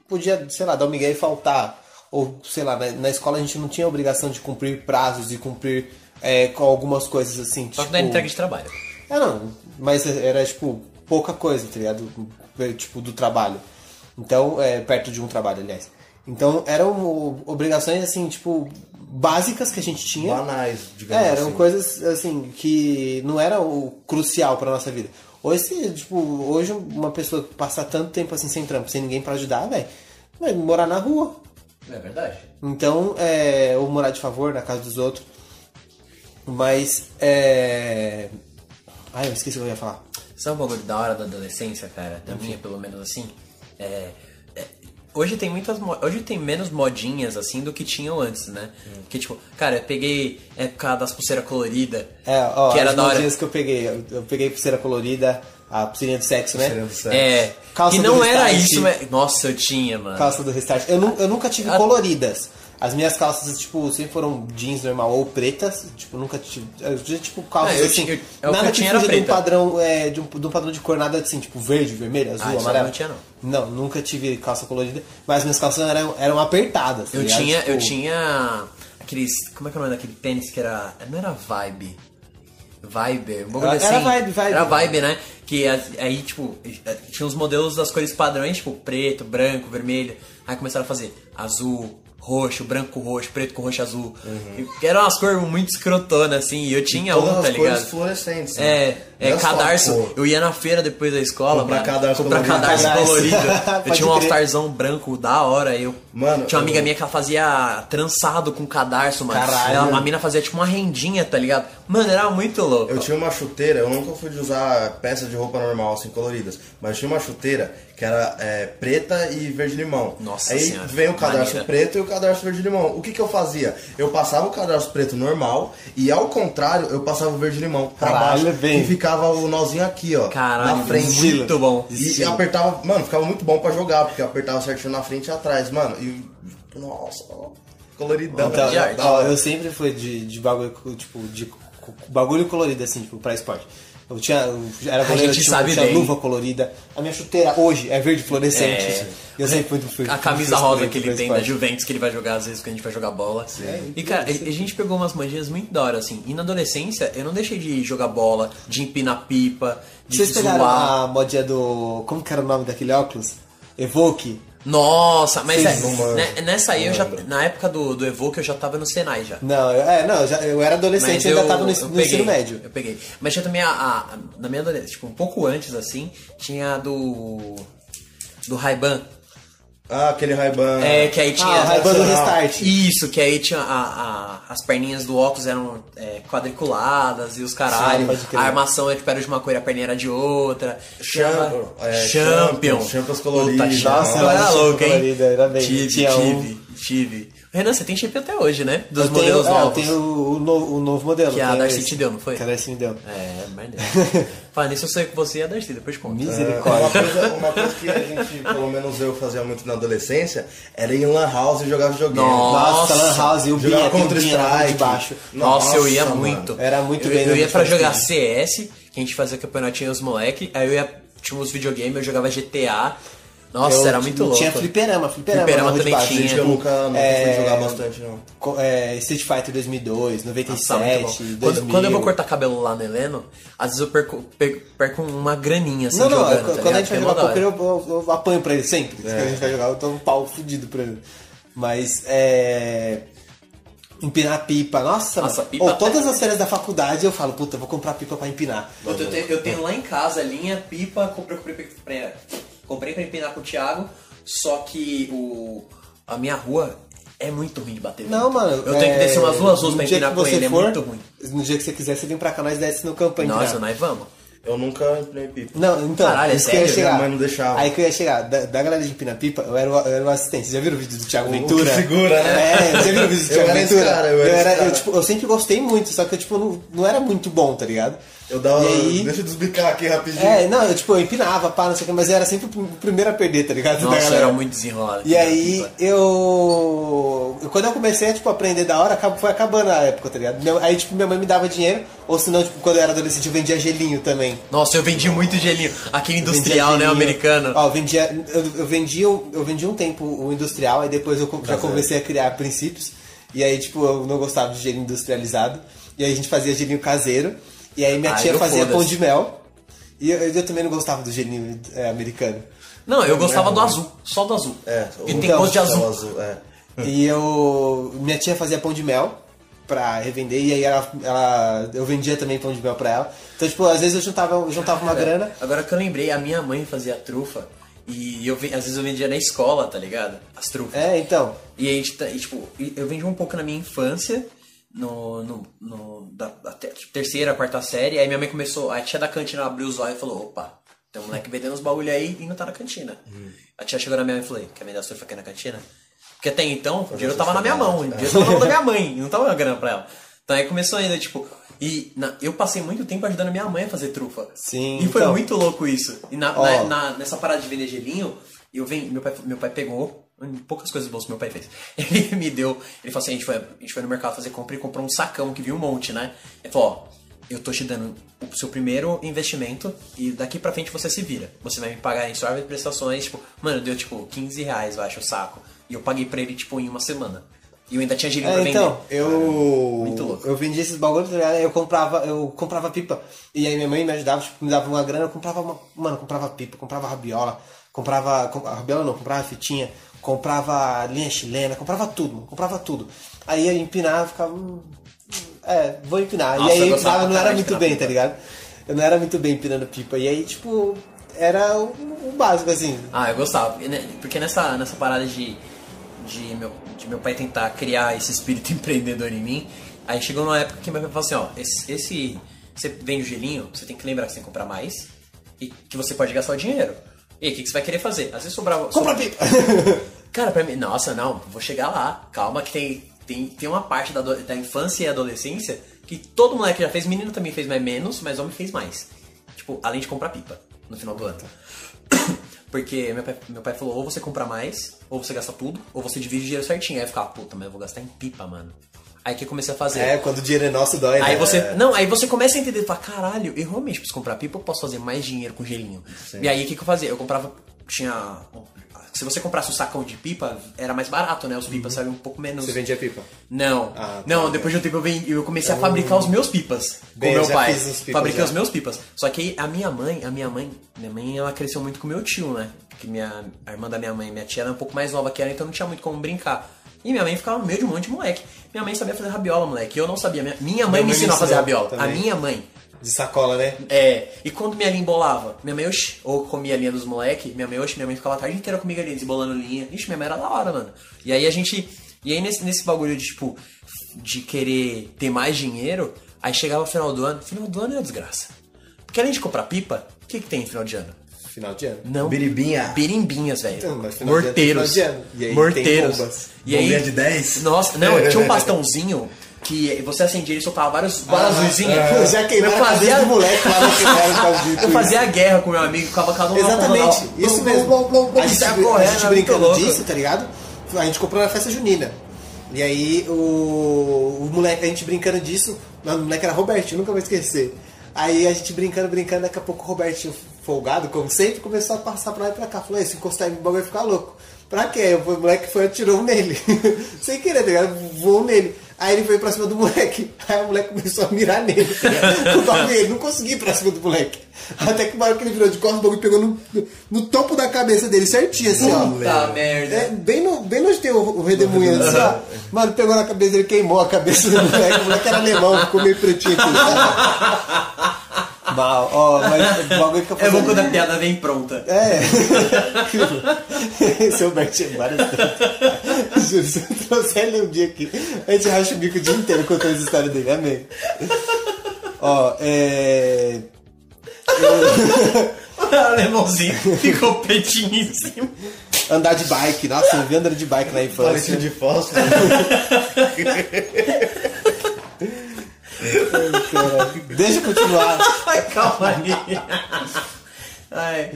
Speaker 1: podia, sei lá, dar um migué e faltar. Ou, sei lá, na, na escola a gente não tinha obrigação de cumprir prazos e cumprir é, com algumas coisas assim.
Speaker 2: Só que
Speaker 1: tipo,
Speaker 2: dá entrega de trabalho.
Speaker 1: é, não, mas era tipo pouca coisa, tá ligado? É, Tipo do trabalho. Então, é, perto de um trabalho, aliás. Então, eram obrigações assim, tipo, básicas que a gente tinha.
Speaker 3: Banais, digamos
Speaker 1: É, eram
Speaker 3: assim.
Speaker 1: coisas assim que não era o crucial pra nossa vida. Hoje, se, tipo, hoje uma pessoa que passar tanto tempo assim sem trampo, sem ninguém pra ajudar, velho, vai morar na rua.
Speaker 2: É verdade.
Speaker 1: Então, é, ou morar de favor na casa dos outros. Mas, é. Ai, eu esqueci o que eu ia falar.
Speaker 2: Sabe um bagulho da hora da adolescência, cara? Da minha, pelo menos assim. É, é, hoje tem muitas. mo- Hoje tem menos modinhas assim do que tinham antes, né?
Speaker 1: Hum.
Speaker 2: Que tipo, cara, eu peguei época das pulseiras coloridas.
Speaker 1: É, ó,
Speaker 2: que era
Speaker 1: as
Speaker 2: da hora.
Speaker 1: mãozinhas que eu peguei. Eu, eu peguei pulseira colorida, a pulseirinha do sexo, né?
Speaker 3: Pulseirinha do sexo.
Speaker 2: É.
Speaker 1: Calça
Speaker 2: que
Speaker 1: do
Speaker 2: não era
Speaker 1: restart.
Speaker 2: isso, mas. Nossa, eu tinha, mano.
Speaker 1: Calça do restart. Eu, nu- eu nunca tive
Speaker 2: Ah.
Speaker 1: coloridas. As minhas calças, tipo, sempre foram jeans normal ou pretas. Tipo, nunca tive. Eu tinha, tipo, calças
Speaker 2: É, eu
Speaker 1: assim.
Speaker 2: tinha- é, o que
Speaker 1: nada
Speaker 2: eu
Speaker 1: que
Speaker 2: tinha era
Speaker 1: fuja de um
Speaker 2: preta.
Speaker 1: padrão, é, de, um, de um padrão de cor, nada assim, tipo, verde, vermelho, azul,
Speaker 2: Ah, isso eu
Speaker 1: amarelo.
Speaker 2: não tinha, não.
Speaker 1: Não, nunca tive calça colorida, mas minhas calças eram, eram apertadas. tá
Speaker 2: Eu
Speaker 1: ligado?
Speaker 2: tinha,
Speaker 1: Tipo,
Speaker 2: eu tinha aqueles. Como é que é o nome daquele tênis que era. Não era vibe. Vibe, um bagulho
Speaker 1: Era-
Speaker 2: assim.
Speaker 1: era vibe, vibe.
Speaker 2: Era vibe, né? Que as- aí, tipo, tinha uns modelos das cores padrões, tipo, preto, branco, vermelho. Aí começaram a fazer azul, roxo, branco com roxo, preto com roxo azul. E Eram umas cores muito escrotonas, assim, e eu tinha
Speaker 3: Todas
Speaker 2: um,
Speaker 3: as
Speaker 2: tá
Speaker 3: cores
Speaker 2: ligado?
Speaker 3: fluorescentes. né?
Speaker 2: É, é
Speaker 3: Não só a
Speaker 2: cadarço.
Speaker 3: cor.
Speaker 2: Eu ia na feira depois da escola.
Speaker 3: Comprar
Speaker 2: mano,
Speaker 3: cadarço
Speaker 2: comprar
Speaker 3: colorido.
Speaker 2: cadarço
Speaker 1: Cadarço.
Speaker 2: colorido. Eu
Speaker 1: Pode
Speaker 2: tinha um
Speaker 1: crer.
Speaker 2: altarzão branco da hora. Eu
Speaker 3: Mano,
Speaker 2: tinha uma amiga
Speaker 3: eu-
Speaker 2: minha que ela fazia trançado com cadarço, mano.
Speaker 1: Caralho.
Speaker 2: Ela, a mina fazia tipo uma rendinha, tá ligado? Mano, era muito louco.
Speaker 3: Eu tinha uma chuteira, eu nunca fui de usar peças de roupa normal, assim, coloridas. Mas eu tinha uma chuteira que era é, preta e verde-limão.
Speaker 2: Nossa
Speaker 3: Aí
Speaker 2: Senhora,
Speaker 3: vem o cadarço
Speaker 2: maneira.
Speaker 3: preto e o cadarço verde-limão. O que, que eu fazia? Eu passava o cadarço preto normal e, ao contrário, eu passava o verde-limão pra
Speaker 1: Caralho, é
Speaker 3: baixo.
Speaker 1: bem.
Speaker 3: E ficava o nozinho aqui, ó.
Speaker 2: Caralho,
Speaker 3: na frente.
Speaker 2: muito bom.
Speaker 3: E
Speaker 1: Estilo.
Speaker 3: apertava, mano, ficava muito bom pra jogar, porque apertava certinho na frente e atrás, mano. E, nossa, ó, coloridão. tá
Speaker 1: Então,
Speaker 2: de arte.
Speaker 1: ó, eu sempre fui de, de bagulho, co- tipo, de co- bagulho colorido, assim, tipo, pra esporte. Eu tinha, eu era goleiro,
Speaker 2: gente
Speaker 1: tinha,
Speaker 2: sabe
Speaker 1: tinha
Speaker 2: bem.
Speaker 1: luva colorida. A minha chuteira hoje é verde fluorescente.
Speaker 2: É.
Speaker 1: Eu sempre fui do fui-
Speaker 2: A
Speaker 1: fui-
Speaker 2: camisa
Speaker 1: fui-
Speaker 2: rosa
Speaker 1: fui-
Speaker 2: que ele
Speaker 1: fui-
Speaker 2: tem
Speaker 1: fui-
Speaker 2: da Juventus que ele vai jogar às vezes quando a gente vai jogar bola. É, E cara, a, a gente pegou umas manhas muito da hora, assim. E na adolescência eu não deixei de jogar bola, de empinar pipa, de
Speaker 1: Vocês pegaram
Speaker 2: zoar.
Speaker 1: a modinha do. Como que era o nome daquele óculos? Evoque?
Speaker 2: Nossa, mas
Speaker 1: Vocês
Speaker 2: é,
Speaker 1: não
Speaker 3: manjam,
Speaker 2: né- nessa aí eu já. Na época do, do Evoque eu já tava no Senai já.
Speaker 1: Não, eu, é, não, eu já, eu era adolescente e ainda estava no,
Speaker 2: eu
Speaker 1: no ensino médio.
Speaker 2: Eu peguei. Mas tinha também a, a- Na minha adolescência, tipo, um pouco antes, assim, tinha a do. Do Ray-Ban.
Speaker 3: Ah, aquele Ray-Ban.
Speaker 2: É, que aí tinha.
Speaker 1: Ah, o Ray-Ban do Restart.
Speaker 2: Isso, que aí tinha. a- a- as perninhas do óculos eram é, quadriculadas e os caralho.
Speaker 1: Sim, pode crer.
Speaker 2: a armação é tipo era de uma cor e a perninha era de outra.
Speaker 3: Champ-
Speaker 2: Champa-
Speaker 3: é,
Speaker 2: Champion.
Speaker 3: Champion, Champions
Speaker 2: Puta,
Speaker 3: coloridas.
Speaker 1: Nossa,
Speaker 2: Champion era
Speaker 1: era
Speaker 2: louco, hein?
Speaker 1: colorida, era bem-
Speaker 2: Tive,
Speaker 1: tinha um-
Speaker 2: tive, tive. Renan, você tem chip até hoje, né? Dos
Speaker 1: eu tenho,
Speaker 2: modelos
Speaker 1: é, eu
Speaker 2: novos.
Speaker 1: tenho o, novo, o novo modelo.
Speaker 2: Que é a
Speaker 1: tenho
Speaker 2: Darcy
Speaker 1: esse.
Speaker 2: te deu, não foi?
Speaker 1: Que a Darcy me deu.
Speaker 2: É, merda.
Speaker 1: [LAUGHS]
Speaker 2: Fala nisso, eu sei que você ia dar depois conta.
Speaker 3: É,
Speaker 1: Misericórdia.
Speaker 3: Uma coisa, uma coisa que a gente, pelo menos eu fazia muito na adolescência, era ir em Lan House e jogar videogame.
Speaker 2: Nossa.
Speaker 1: Nossa, Lan House e o Binha,
Speaker 3: Jogava
Speaker 1: tem o
Speaker 3: contra
Speaker 1: Binha lá
Speaker 3: Strike.
Speaker 1: de baixo.
Speaker 2: Nossa, eu ia
Speaker 3: mano.
Speaker 2: muito.
Speaker 1: Era muito
Speaker 2: eu,
Speaker 1: bem,
Speaker 2: Eu
Speaker 1: né,
Speaker 2: ia
Speaker 1: de
Speaker 2: pra
Speaker 1: fazer
Speaker 2: jogar
Speaker 1: isso.
Speaker 2: CS, que a gente fazia campeonatinho os moleque, aí eu ia, tinha uns videogames, eu jogava GTA. Nossa,
Speaker 1: Eu
Speaker 2: era muito louco.
Speaker 1: Tinha fliperama, fliperama.
Speaker 2: Fliperama
Speaker 1: na rua de
Speaker 2: também
Speaker 1: baixo.
Speaker 2: tinha.
Speaker 3: Gente, eu nunca, nunca
Speaker 1: É.
Speaker 3: fui jogar bastante, não.
Speaker 1: Co- é, Street Fighter 2002,
Speaker 2: Nossa, muito
Speaker 1: 97,
Speaker 2: bom.
Speaker 1: 2000.
Speaker 2: Quando, quando eu vou cortar cabelo lá no Heleno, às vezes eu perco, perco, perco uma graninha assim
Speaker 1: Não, não,
Speaker 2: jogando. tá
Speaker 1: quando a gente
Speaker 2: ligado?
Speaker 1: vai
Speaker 2: Porque é mó
Speaker 1: jogar
Speaker 2: da hora. É.
Speaker 1: poker, eu, eu- eu apanho pra ele sempre. Quando a gente vai jogar, eu tô um pau fudido pra ele. Mas, é... Empinar pipa, nossa,
Speaker 2: Nossa,
Speaker 1: mano.
Speaker 2: pipa é-
Speaker 1: Ou
Speaker 2: até-
Speaker 1: todas as férias da faculdade eu falo, puta, eu vou comprar pipa pra empinar.
Speaker 2: Puta, eu, tenho, eu tenho lá em casa linha, pipa, comprei, comprei, pra- comprei pra empinar com o Thiago, só que o, a minha rua é muito ruim de bater.
Speaker 1: Não,
Speaker 2: vento.
Speaker 1: mano. é,
Speaker 2: Eu tenho que descer umas duas ruas pra empinar com ele,
Speaker 1: você
Speaker 2: é
Speaker 1: for,
Speaker 2: muito ruim.
Speaker 1: No dia que você quiser, você vem pra cá, nós desce no campo pra
Speaker 2: Nossa,
Speaker 1: empinar.
Speaker 2: nós vamos.
Speaker 3: Eu nunca empinei pipa.
Speaker 1: Não, então,
Speaker 2: Caralho, é
Speaker 1: isso que eu ia
Speaker 2: sério?
Speaker 1: chegar.
Speaker 3: Minha mãe não deixava.
Speaker 1: Aí que eu ia chegar, da, da galera de Pina Pipa, eu era, o, eu era o assistente. Vocês já viram o vídeo do Thiago
Speaker 3: que
Speaker 1: Ventura?
Speaker 3: segura, né?
Speaker 1: É, você viu o vídeo do
Speaker 3: Eu
Speaker 1: Thiago
Speaker 3: era esse
Speaker 1: Ventura?
Speaker 3: cara, eu era esse
Speaker 1: eu,
Speaker 3: cara.
Speaker 1: tipo, eu sempre gostei muito, só que eu, tipo, não, não era muito bom, tá ligado?
Speaker 3: Eu dava.
Speaker 1: E aí-
Speaker 3: Deixa eu desbicar aqui rapidinho.
Speaker 1: É, não, eu, tipo, eu empinava, pá, não sei o que, mas eu era sempre o primeiro a perder, tá ligado? Da
Speaker 2: Nossa,
Speaker 1: galera.
Speaker 2: era muito desenrolado.
Speaker 1: E aí eu. eu- Quando eu comecei a tipo, aprender da hora, acab- foi acabando a época, tá ligado? Meu- Aí tipo, minha mãe me dava dinheiro, ou senão, tipo, quando eu era adolescente, eu vendia gelinho também.
Speaker 2: Nossa, eu vendi muito gelinho. Aquele
Speaker 1: Eu vendia
Speaker 2: industrial, né,
Speaker 1: gelinho.
Speaker 2: americano.
Speaker 1: Ó, eu vendia. Eu, eu vendi, eu, eu vendi um tempo o industrial, aí depois eu co-
Speaker 2: Tá
Speaker 1: já comecei a criar princípios. E aí, tipo, eu não gostava de gelinho industrializado. E aí a gente fazia gelinho caseiro. E aí minha
Speaker 2: Ai,
Speaker 1: tia
Speaker 2: eu
Speaker 1: fazia pão
Speaker 2: foda-se.
Speaker 1: de mel. E eu, eu também não gostava do gelinho é, americano.
Speaker 2: Não, eu gostava do azul, só do azul.
Speaker 3: É,
Speaker 2: e
Speaker 3: o-
Speaker 2: tem gosto de
Speaker 3: tava
Speaker 2: azul.
Speaker 3: é.
Speaker 2: Hum.
Speaker 1: E eu. Minha tia fazia pão de mel pra revender, e aí ela, ela- eu vendia também pão de mel pra ela. Então, tipo, às vezes eu juntava, eu juntava
Speaker 2: É.
Speaker 1: uma grana.
Speaker 2: Agora que eu lembrei, a minha mãe fazia trufa e eu ve- às vezes eu vendia na escola, tá ligado? As trufas.
Speaker 1: É, então.
Speaker 2: E a gente tá, e, tipo, e eu vendi um pouco na minha infância, no, no, no- da, da te- tipo, terceira, quarta série, aí minha mãe começou, a tia da cantina abriu os olhos e falou, opa, tem um moleque vendendo os bagulho aí e não tá na cantina.
Speaker 1: Hum.
Speaker 2: A tia chegou na minha mãe e falou, quer vender a surfa aqui na cantina? Porque até então, o dinheiro tava na minha mão, o dinheiro tava na mão da minha mãe, não tava grana pra ela. Então aí começou ainda, tipo... E na- eu passei muito tempo ajudando minha mãe a fazer trufa.
Speaker 1: Sim,
Speaker 2: E foi
Speaker 1: então.
Speaker 2: muito louco isso. E na,
Speaker 1: Ó.
Speaker 2: na- na- nessa parada de vender gelinho, eu ven- meu, pai, meu pai pegou poucas coisas boas que meu pai fez. [LAUGHS] Ele me deu, ele falou assim: a gente, foi, a gente foi no mercado fazer compra e comprou um sacão que viu um monte, né? Ele falou: ó, eu tô te dando o seu primeiro investimento e daqui pra frente você se vira. Você vai me pagar em suas prestações. Tipo, mano, deu tipo 15 reais, eu acho, o saco. E eu paguei pra ele, tipo, em uma semana. E eu ainda tinha gelinho
Speaker 1: É,
Speaker 2: pra
Speaker 1: então,
Speaker 2: vender. É,
Speaker 1: eu.
Speaker 2: muito louco.
Speaker 1: Eu vendia esses bagulhos, tá ligado? eu comprava, eu comprava pipa. E aí minha mãe me ajudava, tipo, me dava uma grana, eu comprava uma. Mano, eu comprava pipa, comprava rabiola, comprava. com- Rabiola não, comprava fitinha, comprava linha chilena, comprava tudo, mano, comprava tudo. Aí eu empinava, ficava. hum, É, vou empinar.
Speaker 2: Nossa,
Speaker 1: e aí
Speaker 2: eu
Speaker 1: eu empinava,
Speaker 2: gostava pra
Speaker 1: não era
Speaker 2: caralho de
Speaker 1: muito
Speaker 2: empinar
Speaker 1: bem,
Speaker 2: pipa.
Speaker 1: tá ligado? Eu não era muito bem empinando pipa. E aí, tipo, era o, o básico, assim.
Speaker 2: Ah, eu gostava. porque, né, Porque nessa, nessa parada de, de, meu, de meu pai tentar criar esse espírito [LAUGHS] empreendedor em mim, aí chegou numa época que meu pai falou assim, ó, esse, esse- você vende o gelinho, você tem que lembrar que você tem que comprar mais e que você pode gastar o dinheiro. E aí, o que, que você vai querer fazer? Às vezes sobrava...
Speaker 1: Compra
Speaker 2: sobrava-
Speaker 1: pipa!
Speaker 2: Cara, pra mim, nossa, não, vou chegar lá. Calma que tem, tem, tem uma parte da, ado- da infância e adolescência que todo moleque já fez, menino também fez mais menos, mas homem fez mais. Tipo, além de comprar pipa no final do ano. [COUGHS] Porque meu pai, meu pai falou, ou você compra mais, ou você gasta tudo, ou você divide o dinheiro certinho. Aí eu ficava, puta, mas eu vou gastar em pipa, mano. Aí que eu comecei a fazer.
Speaker 1: É, quando o dinheiro é nosso dói,
Speaker 2: Aí
Speaker 1: né?
Speaker 2: você. Não, aí você começa a entender, fala, caralho, eu realmente preciso comprar pipa, eu posso fazer mais dinheiro com gelinho. E aí o que, que eu fazia? Eu comprava. Tinha. Se você comprasse o sacão de pipa, era mais barato, né? Os pipas saíam um pouco menos.
Speaker 1: Uhum. Você vendia pipa.
Speaker 2: Não.
Speaker 1: Ah, tá,
Speaker 2: não,
Speaker 1: tá.
Speaker 2: depois de um tempo eu, vendi- eu comecei a fabricar os meus pipas com
Speaker 1: Bem, eu
Speaker 2: meu
Speaker 1: já
Speaker 2: pai.
Speaker 1: fiz os pipas
Speaker 2: Fabriquei
Speaker 1: já.
Speaker 2: os meus pipas. Só que a minha mãe, a minha mãe, minha mãe ela cresceu muito com meu tio, né? Porque minha a irmã da minha mãe, minha tia era um pouco mais nova que ela, então não tinha muito como brincar. E minha mãe ficava no meio de um monte de moleque. Minha mãe sabia fazer rabiola, moleque. Eu não sabia. Minha, minha
Speaker 1: mãe
Speaker 2: mãe me
Speaker 1: me
Speaker 2: ensinou a fazer
Speaker 1: ensinou
Speaker 2: rabiola. A
Speaker 1: também.
Speaker 2: minha mãe.
Speaker 1: De sacola, né?
Speaker 2: É, e quando minha linha embolava, minha mãe, oxi, ou comia a linha dos moleque, minha mãe, oxi, minha mãe ficava a tarde inteira comigo ali, desembolando linha. Ixi, minha mãe era da hora, mano. E aí a gente, e aí nesse, nesse bagulho de, tipo, de querer ter mais dinheiro, aí chegava o final do ano, final do ano é uma desgraça. Porque além de comprar pipa, o que que tem no final de ano?
Speaker 1: Final de ano.
Speaker 2: Não.
Speaker 3: Biribinha.
Speaker 2: Birimbinhas, velho.
Speaker 1: Então, mas final de ano tem
Speaker 2: Morteiros.
Speaker 1: final de ano. E aí tem
Speaker 2: Morteiros.
Speaker 1: bombas.
Speaker 2: E aí,
Speaker 3: Bombinha de 10?
Speaker 2: Nossa, não,
Speaker 1: [LAUGHS]
Speaker 2: tinha um bastãozinho que você acendia e ele soltava vários,
Speaker 1: Ah,
Speaker 2: várias luzinhas.
Speaker 1: Pô, já queimaram
Speaker 2: É. eu
Speaker 1: a cabeça
Speaker 2: fazia,
Speaker 1: do moleque lá no queimado por causa disso.
Speaker 2: eu fazia a guerra com meu amigo, ficava cada um
Speaker 1: Exatamente,
Speaker 2: apontando, ó,
Speaker 1: isso
Speaker 2: blum,
Speaker 1: mesmo.
Speaker 2: blum, blum, blum,
Speaker 1: a gente, tá
Speaker 2: saia
Speaker 1: a
Speaker 2: correndo,
Speaker 1: gente
Speaker 2: era muito
Speaker 1: brincando
Speaker 2: louco.
Speaker 1: disso, tá ligado? A gente comprou na festa junina. E aí o, o moleque, a gente brincando disso, o moleque era Robertinho, nunca vou esquecer. Aí a gente brincando, brincando, daqui a pouco o Robertinho, folgado, como sempre, começou a passar pra lá e pra cá. Falou, "Ei, se encostar em mim, o bagulho vai ficar louco. Pra quê? O moleque foi e atirou nele. [LAUGHS] Sem querer, tá ligado? Voou nele. Aí ele foi pra cima do moleque. Aí o moleque começou a mirar nele. tá Com o bagulho, ele não conseguia ir pra cima do moleque. Até que o hora que ele virou de costas, o bagulho pegou no, no topo da cabeça dele, certinho, assim, ó.
Speaker 2: Puta merda.
Speaker 1: É, bem, no, bem longe tem o, o redemoinho, assim, ó. Mano, pegou na cabeça dele, queimou a cabeça do moleque. O moleque era alemão, ficou meio pretinho aqui, sabe? Mal, ó, mas o bagulho que eu
Speaker 2: É bom quando a piada vem pronta.
Speaker 1: é. [LAUGHS] Seu Bert é várias tantas. Juro, se eu trouxer ele um dia aqui, a gente racha o bico o dia inteiro contando as histórias dele. Amém. Ó, é.
Speaker 2: [LAUGHS] O alemãozinho ficou pretinho
Speaker 1: [LAUGHS]
Speaker 2: em cima.
Speaker 1: Andar de bike. Nossa, eu vi andando de bike na infância.
Speaker 2: assim.
Speaker 3: Palitinho de
Speaker 2: [LAUGHS]
Speaker 3: fósforo.
Speaker 1: Caralho. Deixa eu continuar.
Speaker 2: Ai, calma aí. Ai.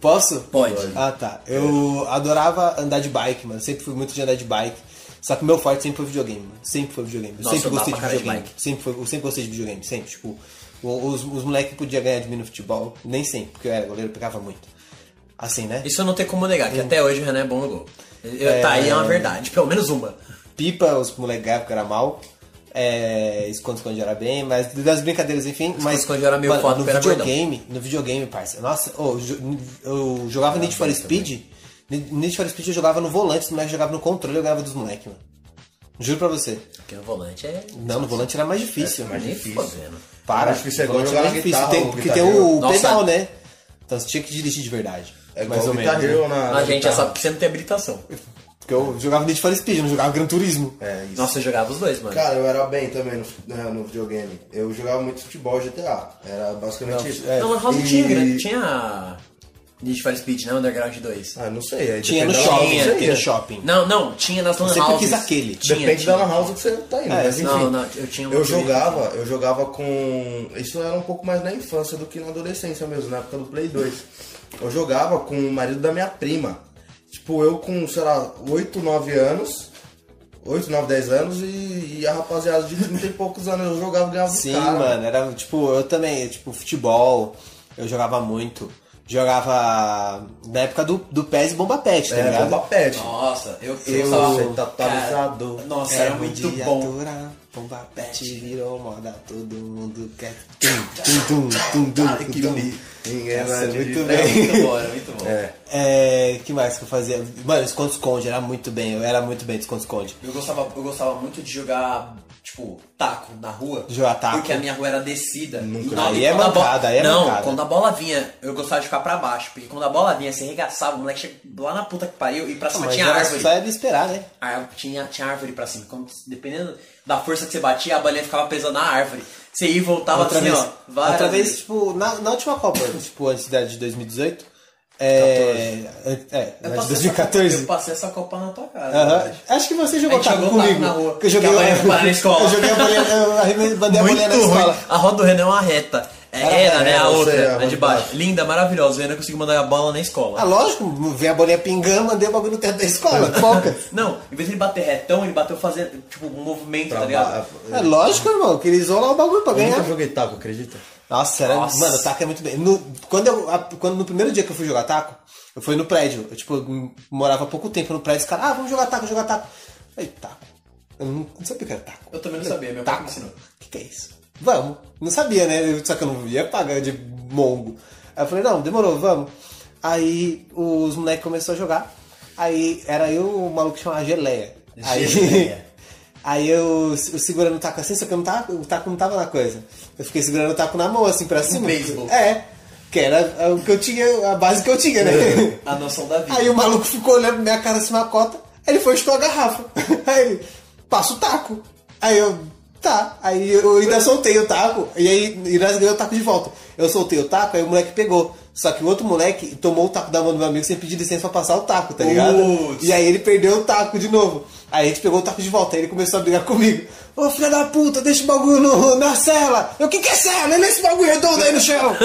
Speaker 1: Posso?
Speaker 2: Pode.
Speaker 1: Ah, tá. Eu adorava andar de bike, mano. Sempre fui muito de andar de bike. Só que o meu forte sempre foi videogame, mano. Sempre foi videogame. Eu
Speaker 2: Nossa,
Speaker 1: sempre
Speaker 2: eu dava
Speaker 1: gostei de
Speaker 2: pra cara de
Speaker 1: videogame. sempre, foi, eu sempre gostei de videogame, sempre. Tipo, o- os, os moleques podiam ganhar de mim no futebol. Nem sempre, porque eu era goleiro, eu pegava muito. Assim, né?
Speaker 2: Isso eu não tenho como negar, que até hoje o Renan é bom no gol. Eu- Tá aí é uma verdade, pelo menos uma.
Speaker 1: Pipa, os moleques ganhavam porque era mal. É, esconde-esconde era bem, mas das brincadeiras, enfim. mas
Speaker 2: Esconde-esconde era meio
Speaker 1: mano,
Speaker 2: foda,
Speaker 1: no
Speaker 2: porque era gordão.
Speaker 1: videogame, no videogame, parça. Nossa, ô, jo- eu jogava Need for Speed. Need for Speed eu jogava no volante, os moleques jogavam no controle, eu ganhava dos moleques, mano. Juro pra você.
Speaker 2: Porque no volante é.
Speaker 1: Não, no volante era É mais difícil.
Speaker 3: mais
Speaker 2: Nem
Speaker 3: difícil.
Speaker 2: fodendo.
Speaker 1: Para,
Speaker 3: Acho que isso é
Speaker 1: no volante
Speaker 3: igual
Speaker 1: era
Speaker 3: jogar
Speaker 1: mais difícil.
Speaker 3: guitarra
Speaker 1: Tem-
Speaker 3: ou
Speaker 1: porque tem
Speaker 3: guitarra.
Speaker 1: o
Speaker 2: Nossa.
Speaker 1: pedal, né? Então você tinha que dirigir de verdade.
Speaker 3: É
Speaker 1: mais
Speaker 3: igual
Speaker 1: ou
Speaker 3: o
Speaker 1: menos. né?
Speaker 3: guitarreu na.
Speaker 2: A gente é só
Speaker 3: guitarra.
Speaker 2: porque você não tem habilitação.
Speaker 1: Porque eu jogava Need for Speed, eu não jogava Gran Turismo.
Speaker 3: É isso.
Speaker 2: Nossa, eu jogava os dois, mano.
Speaker 3: Cara, eu era bem também no, né, no- no videogame. Eu jogava muito futebol GTA. Era basicamente isso.
Speaker 1: é.
Speaker 2: não, Lan House
Speaker 3: E-
Speaker 2: tinha, gra- tinha Need for Speed, né? Underground 2.
Speaker 3: Ah, não sei. aí
Speaker 1: Tinha no
Speaker 3: depende da-
Speaker 1: shopping, né?
Speaker 3: não sei,
Speaker 1: tinha no
Speaker 3: é.
Speaker 1: shopping.
Speaker 2: Não, não, tinha nas Lan
Speaker 1: Eu
Speaker 2: Houses.
Speaker 1: sempre quis aquele.
Speaker 2: Tinha,
Speaker 3: Depende
Speaker 2: tinha.
Speaker 3: da lan house que você tá indo.
Speaker 1: É,
Speaker 3: mas enfim.
Speaker 2: Não, não, eu tinha um
Speaker 3: Eu
Speaker 2: outro
Speaker 3: jogava, eu jogava com. Isso era um pouco mais na infância do que na adolescência mesmo, na época do Play 2. Eu jogava com o marido da minha prima. Tipo, eu com, sei lá, 8, 9 anos. 8, 9, 10 anos e, e a rapaziada de 30 e poucos anos eu jogava e ganhava do
Speaker 1: Sim,
Speaker 3: cara.
Speaker 1: mano, era tipo, eu também, tipo, futebol, eu jogava muito. Jeito. Jogava na época do, do PES e Bomba Pet, tá
Speaker 3: É,
Speaker 1: ligado?
Speaker 3: bomba pet.
Speaker 2: Nossa, eu
Speaker 1: Eu-
Speaker 2: gostava-
Speaker 3: tá atualizado.
Speaker 2: Cara, Nossa,
Speaker 1: um
Speaker 2: era muito
Speaker 1: de
Speaker 2: bom.
Speaker 1: aturar, Bomba Pet virou moda, todo mundo quer. Tum, tum, tum, tum,
Speaker 3: Cara,
Speaker 1: tum,
Speaker 3: que
Speaker 1: tum,
Speaker 3: li- Ninguém
Speaker 1: Nossa,
Speaker 3: vai
Speaker 1: muito
Speaker 3: adivinhar.
Speaker 2: Era
Speaker 1: bem. [LAUGHS]
Speaker 2: muito bom, era muito bom.
Speaker 3: É.
Speaker 1: É, que mais que eu fazia? Mano, esconde-esconde, era muito bem, eu era muito bem de esconde-esconde.
Speaker 2: Eu gostava, eu gostava muito de jogar, tipo, taco na rua.
Speaker 1: Jogar taco.
Speaker 2: Porque a minha rua era descida. Nunca.
Speaker 1: Aí é mancada, aí é
Speaker 2: Não,
Speaker 1: mancada.
Speaker 2: quando a bola vinha, eu gostava de ficar pra baixo. Porque quando a bola vinha, você arregaçava, o moleque chegava lá na puta que pariu e pra cima
Speaker 1: Ah, Mas
Speaker 2: tinha
Speaker 1: era
Speaker 2: árvore.
Speaker 1: só era esperar, né?
Speaker 2: A- tinha, tinha árvore pra cima. Quando- dependendo da força que você batia, a bolinha ficava presa na árvore. Você ia e voltava
Speaker 1: outra
Speaker 2: assim,
Speaker 1: vez,
Speaker 2: ó. Várias
Speaker 1: outra vez,
Speaker 2: vezes.
Speaker 1: tipo, na, na última Copa, [LAUGHS] tipo, antes da de 2018. É. É,
Speaker 2: Eu
Speaker 1: na de
Speaker 2: passei essa-
Speaker 1: 2014.
Speaker 2: Eu passei essa copa na tua né, casa.
Speaker 1: Aham.
Speaker 2: eu acho.
Speaker 1: Acho que você jogou
Speaker 2: A gente
Speaker 1: taco
Speaker 2: jogou taco
Speaker 1: comigo.
Speaker 2: na rua.
Speaker 1: Que eu joguei
Speaker 2: Que a bolinha
Speaker 1: [LAUGHS] eu-
Speaker 2: ficou lá na escola.
Speaker 1: Eu joguei a bolinha, eu arremessei- mandei a bolinha na
Speaker 2: ruim.
Speaker 1: escola.
Speaker 2: A roda do Renan é uma reta. É, Ana, né? A
Speaker 3: você,
Speaker 2: outra,
Speaker 3: a
Speaker 2: a de baixo. Linda, maravilhosa. Eu não conseguiu mandar a bola na escola.
Speaker 1: Ah, lógico, ver a bolinha pingando, mandei o bagulho no teto da escola. Foca.
Speaker 2: Não, em vez de ele bater retão, ele bateu fazendo, tipo, um movimento, tá ligado?
Speaker 1: É lógico, irmão, que eles lá o bagulho pra
Speaker 3: Eu nunca
Speaker 1: ganhar.
Speaker 3: joguei taco, acredita?
Speaker 1: Nossa, era,
Speaker 2: Nossa.
Speaker 1: mano, o taco é muito bem. No, quando, eu, a- quando no primeiro dia que eu fui jogar taco, eu fui no prédio. Eu, tipo, m- morava há pouco tempo no prédio, os caras, ah, vamos jogar taco, jogar taco. Eu falei, taco. Eu não, não sabia o que era taco.
Speaker 2: Eu também não sabia, meu pai
Speaker 1: taco.
Speaker 2: me ensinou.
Speaker 1: O que, que é isso? Vamos. Não sabia, né? Eu- Só que eu não ia pagar de mongo. Aí eu falei, não, demorou, vamos. Aí os moleques começaram a jogar. Aí era eu, o maluco que chamava Geleia. Aí, [LAUGHS]
Speaker 3: Geleia.
Speaker 1: aí eu, eu segurando o taco assim, só que eu não tava, o taco não tava na coisa. Eu fiquei segurando o taco na mão, assim, pra cima.
Speaker 2: beisebol.
Speaker 1: É. Que era o que eu tinha, a base que eu tinha,
Speaker 2: [LAUGHS]
Speaker 1: né?
Speaker 2: A noção da vida.
Speaker 1: Aí o maluco ficou olhando pra minha cara assim na cota. Aí ele foi chutar a garrafa. [LAUGHS] Aí ele, passa o taco. Aí eu, tá. Aí eu ainda soltei o taco. E aí e nós ganhamos o taco de volta. Eu soltei o taco, aí o moleque pegou. Só que o outro moleque tomou o taco da mão do meu amigo sem pedir licença pra passar o taco, tá ligado?
Speaker 2: Putz.
Speaker 1: E aí ele perdeu o taco de novo. Aí a gente pegou o taco de volta. Aí ele começou a brigar comigo. Ô filha da puta, deixa o bagulho no- na cela. Eu, o que que é cela? Ele é esse bagulho redondo aí no chão.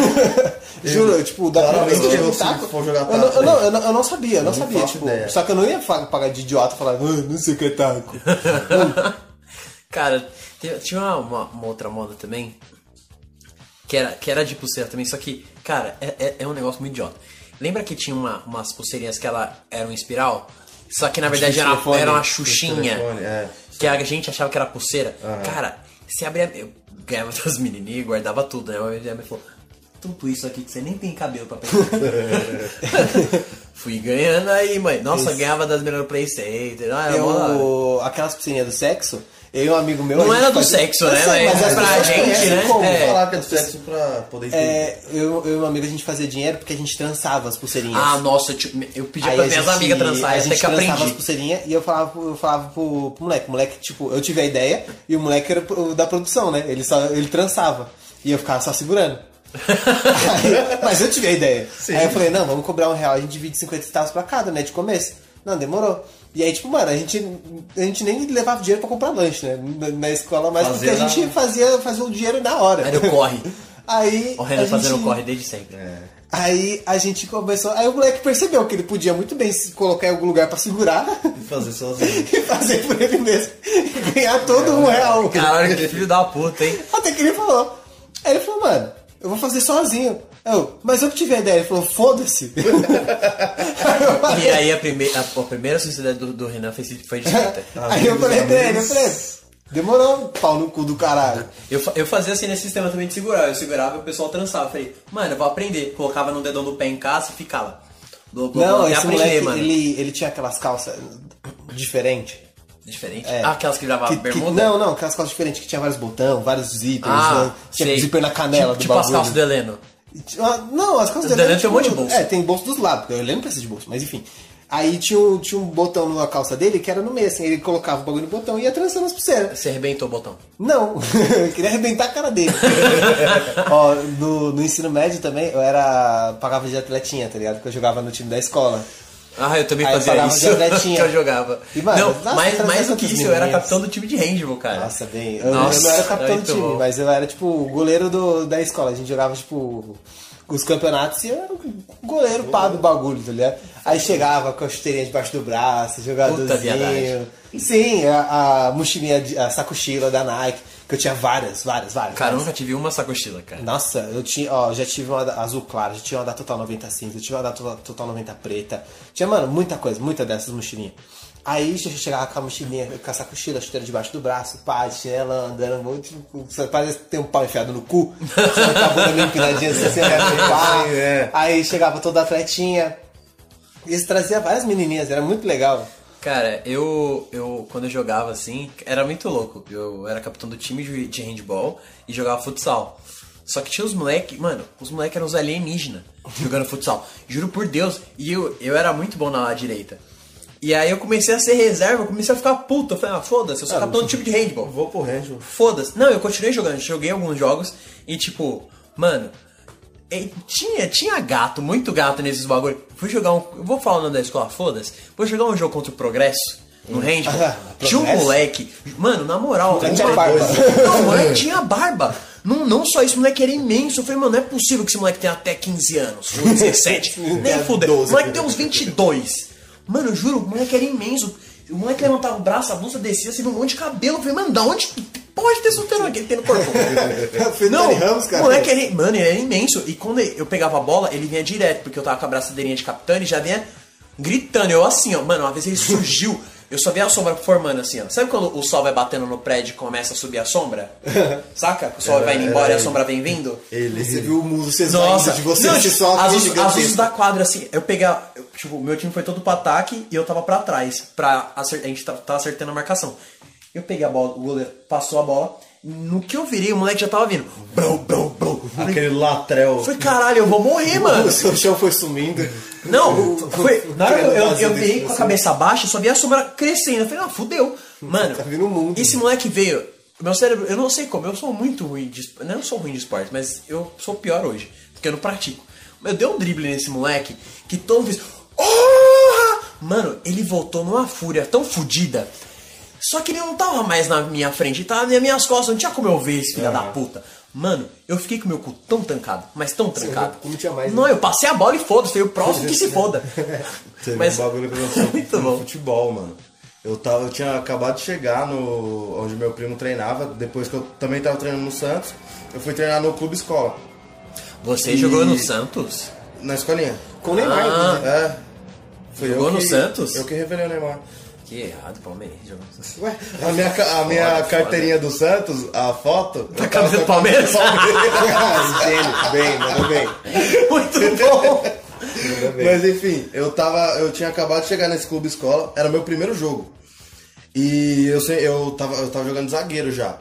Speaker 1: [LAUGHS] Juro, tipo, da primeira
Speaker 3: Claramente,
Speaker 1: vez que eu joguei
Speaker 3: eu
Speaker 1: um taco,
Speaker 3: se for jogar
Speaker 1: eu não-
Speaker 3: taco,
Speaker 1: eu não-
Speaker 3: né?
Speaker 1: eu não, eu não sabia, eu não,
Speaker 3: Não
Speaker 1: sabia.
Speaker 3: faço
Speaker 1: Tipo,
Speaker 3: ideia.
Speaker 1: só que eu não ia fa- pagar de idiota e falar, "Ah, não sei o que é taco.
Speaker 2: Cara, te- tinha uma, uma- uma outra moda também. Que era, que era de pulseira também, só que, cara, é, é- é um negócio muito idiota. Lembra que tinha uma- umas pulseirinhas que ela era um espiral? Só que na verdade era,
Speaker 1: telefone,
Speaker 2: era uma
Speaker 3: de
Speaker 2: xuxinha.
Speaker 3: telefone, é.
Speaker 2: Que a gente achava que era pulseira. Cara, você abria. Eu ganhava [LAUGHS] das menininhas e guardava tudo, né? Aí Minha mãe falou: tudo isso aqui que você nem tem cabelo pra pegar. Fui ganhando aí, mãe. Nossa, ganhava das meninas no Play Center. Ah, era mó da hora.
Speaker 1: Eu, aquelas piscininhas do sexo, eu e um amigo meu...
Speaker 2: Não
Speaker 1: a gente
Speaker 2: era do
Speaker 1: fazia-
Speaker 2: sexo,
Speaker 1: Eu
Speaker 2: né,
Speaker 1: sei,
Speaker 2: mas
Speaker 1: as
Speaker 2: pra
Speaker 1: pessoas
Speaker 2: gente,
Speaker 1: conhecem
Speaker 2: né?
Speaker 1: como.
Speaker 2: É.
Speaker 3: Falar que é do sexo pra poder entender.
Speaker 1: É, eu, eu e um amigo, a gente fazia dinheiro porque a gente trançava as pulseirinhas.
Speaker 2: Ah, nossa, eu, te- eu pedi
Speaker 1: Aí
Speaker 2: pra
Speaker 1: a
Speaker 2: minhas
Speaker 1: gente-
Speaker 2: amigas transar,
Speaker 1: a
Speaker 2: até
Speaker 1: gente
Speaker 2: que
Speaker 1: trançava as
Speaker 2: aprendi.
Speaker 1: pulseirinhas e eu falava, pro- eu falava pro, pro moleque. O moleque, tipo, eu tive a ideia e o moleque era pro- da produção, né? Ele, só, ele trançava. E eu ficava só [LAUGHS] segurando. Aí- mas eu tive a ideia. Aí eu falei, não, vamos cobrar um real, a gente divide 50 centavos pra cada, né? De começo. Não, demorou. E aí, tipo, mano, a gente, a gente nem levava dinheiro pra comprar lanche, né? Na, na escola, mas
Speaker 3: Fazia
Speaker 1: porque a
Speaker 3: na-
Speaker 1: gente fazia, fazia o dinheiro na hora.
Speaker 2: Aí eu corre.
Speaker 1: [LAUGHS] Aí.
Speaker 2: O
Speaker 1: a
Speaker 2: Renan
Speaker 1: gente- É.
Speaker 2: fazendo corre desde sempre.
Speaker 1: Aí a gente começou. Aí o moleque percebeu que ele podia muito bem se colocar em algum lugar pra segurar [LAUGHS]
Speaker 3: E fazer sozinho.
Speaker 1: e fazer por ele mesmo. E ganhar todo um real.
Speaker 2: Caralho, que filho da puta, hein?
Speaker 1: Até que ele falou. Aí ele falou, mano, eu vou fazer sozinho. Eu, mas eu que tive a ideia. Ele falou, foda-se. [LAUGHS] Aí eu falei-
Speaker 2: E aí a, prime a, a primeira sociedade do, do Renan foi, foi desfeita.
Speaker 1: [LAUGHS] aí eu falei pra ele, eu falei, demorou, pau no cu do caralho.
Speaker 2: Eu, fa- eu fazia assim nesse sistema também de segurar. Eu segurava e o pessoal trançava. Eu falei, mano, eu vou aprender. Colocava no dedão do pé em casa e ficava. Blá, blá, blá,
Speaker 1: Não,
Speaker 2: até
Speaker 1: esse
Speaker 2: aprender,
Speaker 1: moleque,
Speaker 2: mano.
Speaker 1: ele, ele tinha aquelas calças diferentes.
Speaker 2: Diferente.
Speaker 1: É.
Speaker 2: Ah, aquelas que gravavam
Speaker 1: Que- que-
Speaker 2: bermuda?
Speaker 1: Não, não, aquelas calças diferentes que tinha vários botões, vários zíperes,
Speaker 2: ah,
Speaker 1: né? tinha
Speaker 2: sei.
Speaker 1: zíper na canela
Speaker 2: tipo,
Speaker 1: do
Speaker 2: tipo
Speaker 1: bagulho.
Speaker 2: as calças do Heleno.
Speaker 1: Ah, Não, as calças
Speaker 2: Os Delete é um monte de bolso.
Speaker 1: É, tem bolso dos lados, porque eu lembro precisa de bolso, mas enfim. Aí tinha um, tinha um botão na calça dele que era no meio, assim, ele colocava o bagulho no botão e ia trançando as pulseiras.
Speaker 2: Você arrebentou o botão.
Speaker 1: Não, [LAUGHS] eu queria arrebentar a cara
Speaker 2: [LAUGHS]
Speaker 1: dele. Ó, no, no ensino médio também, eu era. pagava de atletinha, tá ligado? Porque eu jogava no time da escola.
Speaker 2: Ah, eu também
Speaker 1: Aí
Speaker 2: fazia
Speaker 1: pagava
Speaker 2: isso.
Speaker 1: de atletinha.
Speaker 2: que [LAUGHS] eu jogava.
Speaker 1: E, mano,
Speaker 2: não,
Speaker 1: nossa,
Speaker 2: mais,
Speaker 1: era
Speaker 2: mais do
Speaker 1: tantas
Speaker 2: que isso, eu era
Speaker 1: menininhas.
Speaker 2: capitão do time de handball, cara.
Speaker 1: Nossa, bem. Eu, eu
Speaker 2: Nossa, então.
Speaker 1: não era o capitão do
Speaker 2: muito
Speaker 1: time,
Speaker 2: bom.
Speaker 1: mas eu era, tipo, o goleiro do, da escola. A gente jogava, tipo, os campeonatos e eu era o goleiro pá do bagulho, tá ligado? Aí chegava com a chuteirinha debaixo do braço,
Speaker 2: viadagem.
Speaker 1: jogadorzinho. Sim, a, a mochilinha, de- a sacochila da Nike, que eu tinha várias, várias, várias.
Speaker 2: Cara, eu nunca tive uma sacochila, cara.
Speaker 1: Nossa, eu tinha, ó, já tive uma da- azul claro, já tinha uma da Total 90 cinza, eu tinha uma da Total- Total 90 preta. Tinha, mano, muita coisa, muita dessas mochilinhas. Aí che- chegava com a mochilinha, com essa cochila, chuteira debaixo do braço, pá, de chinela, andando, um muito, você parece que tem um pau enfiado no cu, você vai com a bunda meio empinadinha, assim, você vai [LAUGHS] pá.
Speaker 3: Sim, é.
Speaker 1: Aí chegava toda atletinha, isso trazia várias menininhas, era muito [LAUGHS] legal.
Speaker 2: Cara, eu, eu quando eu jogava assim, era muito louco. Eu era capitão do time de, de handball e jogava futsal. Só que tinha os moleque, mano, os moleque eram os alienígenas jogando futsal. Juro por Deus. E eu, eu era muito bom na ala direita. E aí eu comecei a ser reserva, eu comecei a ficar puto. Eu falei, ah, foda-se, eu sou capitão do time de handball.
Speaker 3: Vou pro rancho.
Speaker 2: Foda-se. Não, eu continuei jogando. Joguei alguns jogos e, tipo, mano. e Tinha, tinha gato, muito gato nesses bagulho. Fui jogar um. Eu vou falar o nome da escola, foda-se. Vou jogar um jogo contra o Progresso. No handball.
Speaker 1: Ah,
Speaker 2: tinha um
Speaker 1: Progresso?
Speaker 2: moleque. Mano, na moral.
Speaker 1: Tinha
Speaker 2: uma-
Speaker 1: barba.
Speaker 2: Não, mano, tinha barba. Não, não só isso, o moleque era imenso. Eu falei, mano, não é possível que esse moleque tenha até 15 anos, ou 17.
Speaker 1: é
Speaker 2: nem fudeu. O
Speaker 1: né?
Speaker 2: moleque tem uns 22. Mano, eu juro, o moleque era imenso. O moleque levantava o braço, a blusa descia, você viu um monte de cabelo. Eu falei, mano, da onde pode ter solteirão que ele tem no
Speaker 1: [LAUGHS]
Speaker 2: corpo?
Speaker 1: Foi
Speaker 2: Não,
Speaker 1: Dani Ramos, cara.
Speaker 2: o moleque, ele, mano, ele era imenso. E quando eu pegava a bola, ele vinha direto, porque eu tava com a braçadeirinha de capitão, ele já vinha gritando. Eu assim, ó, mano, uma vez ele surgiu, eu só via a sombra formando assim, ó. Sabe quando o sol vai batendo no prédio e começa a subir a
Speaker 1: [LAUGHS]
Speaker 2: sombra? Saca? O sol vai indo embora e
Speaker 1: É,
Speaker 2: a sombra vem vindo?
Speaker 3: Ele,
Speaker 1: Você viu o mundo saindo
Speaker 2: Nossa,
Speaker 1: de você,
Speaker 2: não,
Speaker 1: você
Speaker 2: tipo,
Speaker 1: só
Speaker 2: as,
Speaker 1: aqui
Speaker 2: luzes- as
Speaker 1: gigantesco.
Speaker 2: luzes da quadra, assim, eu pegar. eu, tipo, meu time foi todo pro ataque e eu tava pra trás. Pra acer- a gente tava, tava acertando a marcação. Eu peguei a bola, o goleiro passou a bola. No que eu virei, o moleque já tava vindo. Brou, brou, brou. Falei,
Speaker 3: aquele latrel.
Speaker 2: falei, caralho, eu vou morrer, mano.
Speaker 1: O seu chão foi sumindo.
Speaker 2: [LAUGHS] Não, foi. Na hora que eu, eu, eu virei com a
Speaker 1: Assim.
Speaker 2: cabeça baixa, só vi a sombra crescendo. Eu falei, não, fudeu. Mano,
Speaker 1: Tá vindo o mundo.
Speaker 2: esse moleque veio. Meu cérebro, eu não sei como, eu sou muito ruim de esp- Não eu sou ruim de esporte, mas eu sou pior hoje, porque eu não pratico. Mas eu dei um drible nesse moleque que todo mundo fez. "Orra!" Mano, ele voltou numa fúria tão fodida. Só que ele não tava mais na minha frente, ele tava nas minhas costas, não tinha como eu ver esse filho da puta. Mano, eu fiquei com meu cu tão trancado, mas tão trancado.
Speaker 1: não tinha mais, né?
Speaker 2: Não, eu passei a bola e foda-se, foi o próximo que se
Speaker 1: [LAUGHS]
Speaker 2: foda.
Speaker 3: Teve
Speaker 2: Mas-
Speaker 3: um bagulho que aconteceu
Speaker 2: [LAUGHS] Muito
Speaker 3: no
Speaker 2: bom.
Speaker 3: futebol, mano. Eu, tava, eu tinha acabado de chegar no onde meu primo treinava, depois que eu também tava treinando no Santos, eu fui treinar no clube escola,
Speaker 2: Você
Speaker 3: E-
Speaker 2: jogou no Santos?
Speaker 3: na escolinha.
Speaker 1: Com o Neymar,
Speaker 2: Ah.
Speaker 1: inclusive.
Speaker 3: É. Foi
Speaker 2: Jogou
Speaker 3: eu
Speaker 2: no
Speaker 3: que-
Speaker 2: Santos?
Speaker 3: Eu que revelei o Neymar.
Speaker 2: Que errado, Palmeirense. jogou no Santos.
Speaker 3: Ué, a minha, ca- a minha
Speaker 2: Foda,
Speaker 3: carteirinha do Santos, a foto. Ah, Tá
Speaker 2: camisa do
Speaker 3: [LAUGHS]
Speaker 2: Palmeiras?
Speaker 1: Gênio, bem, mandou bem.
Speaker 2: Muito
Speaker 3: [LAUGHS]
Speaker 2: bom!
Speaker 3: Mas enfim, eu tava. Eu tinha acabado de chegar nesse clube escola, era meu primeiro jogo. E eu sei, eu tava, eu tava jogando zagueiro já.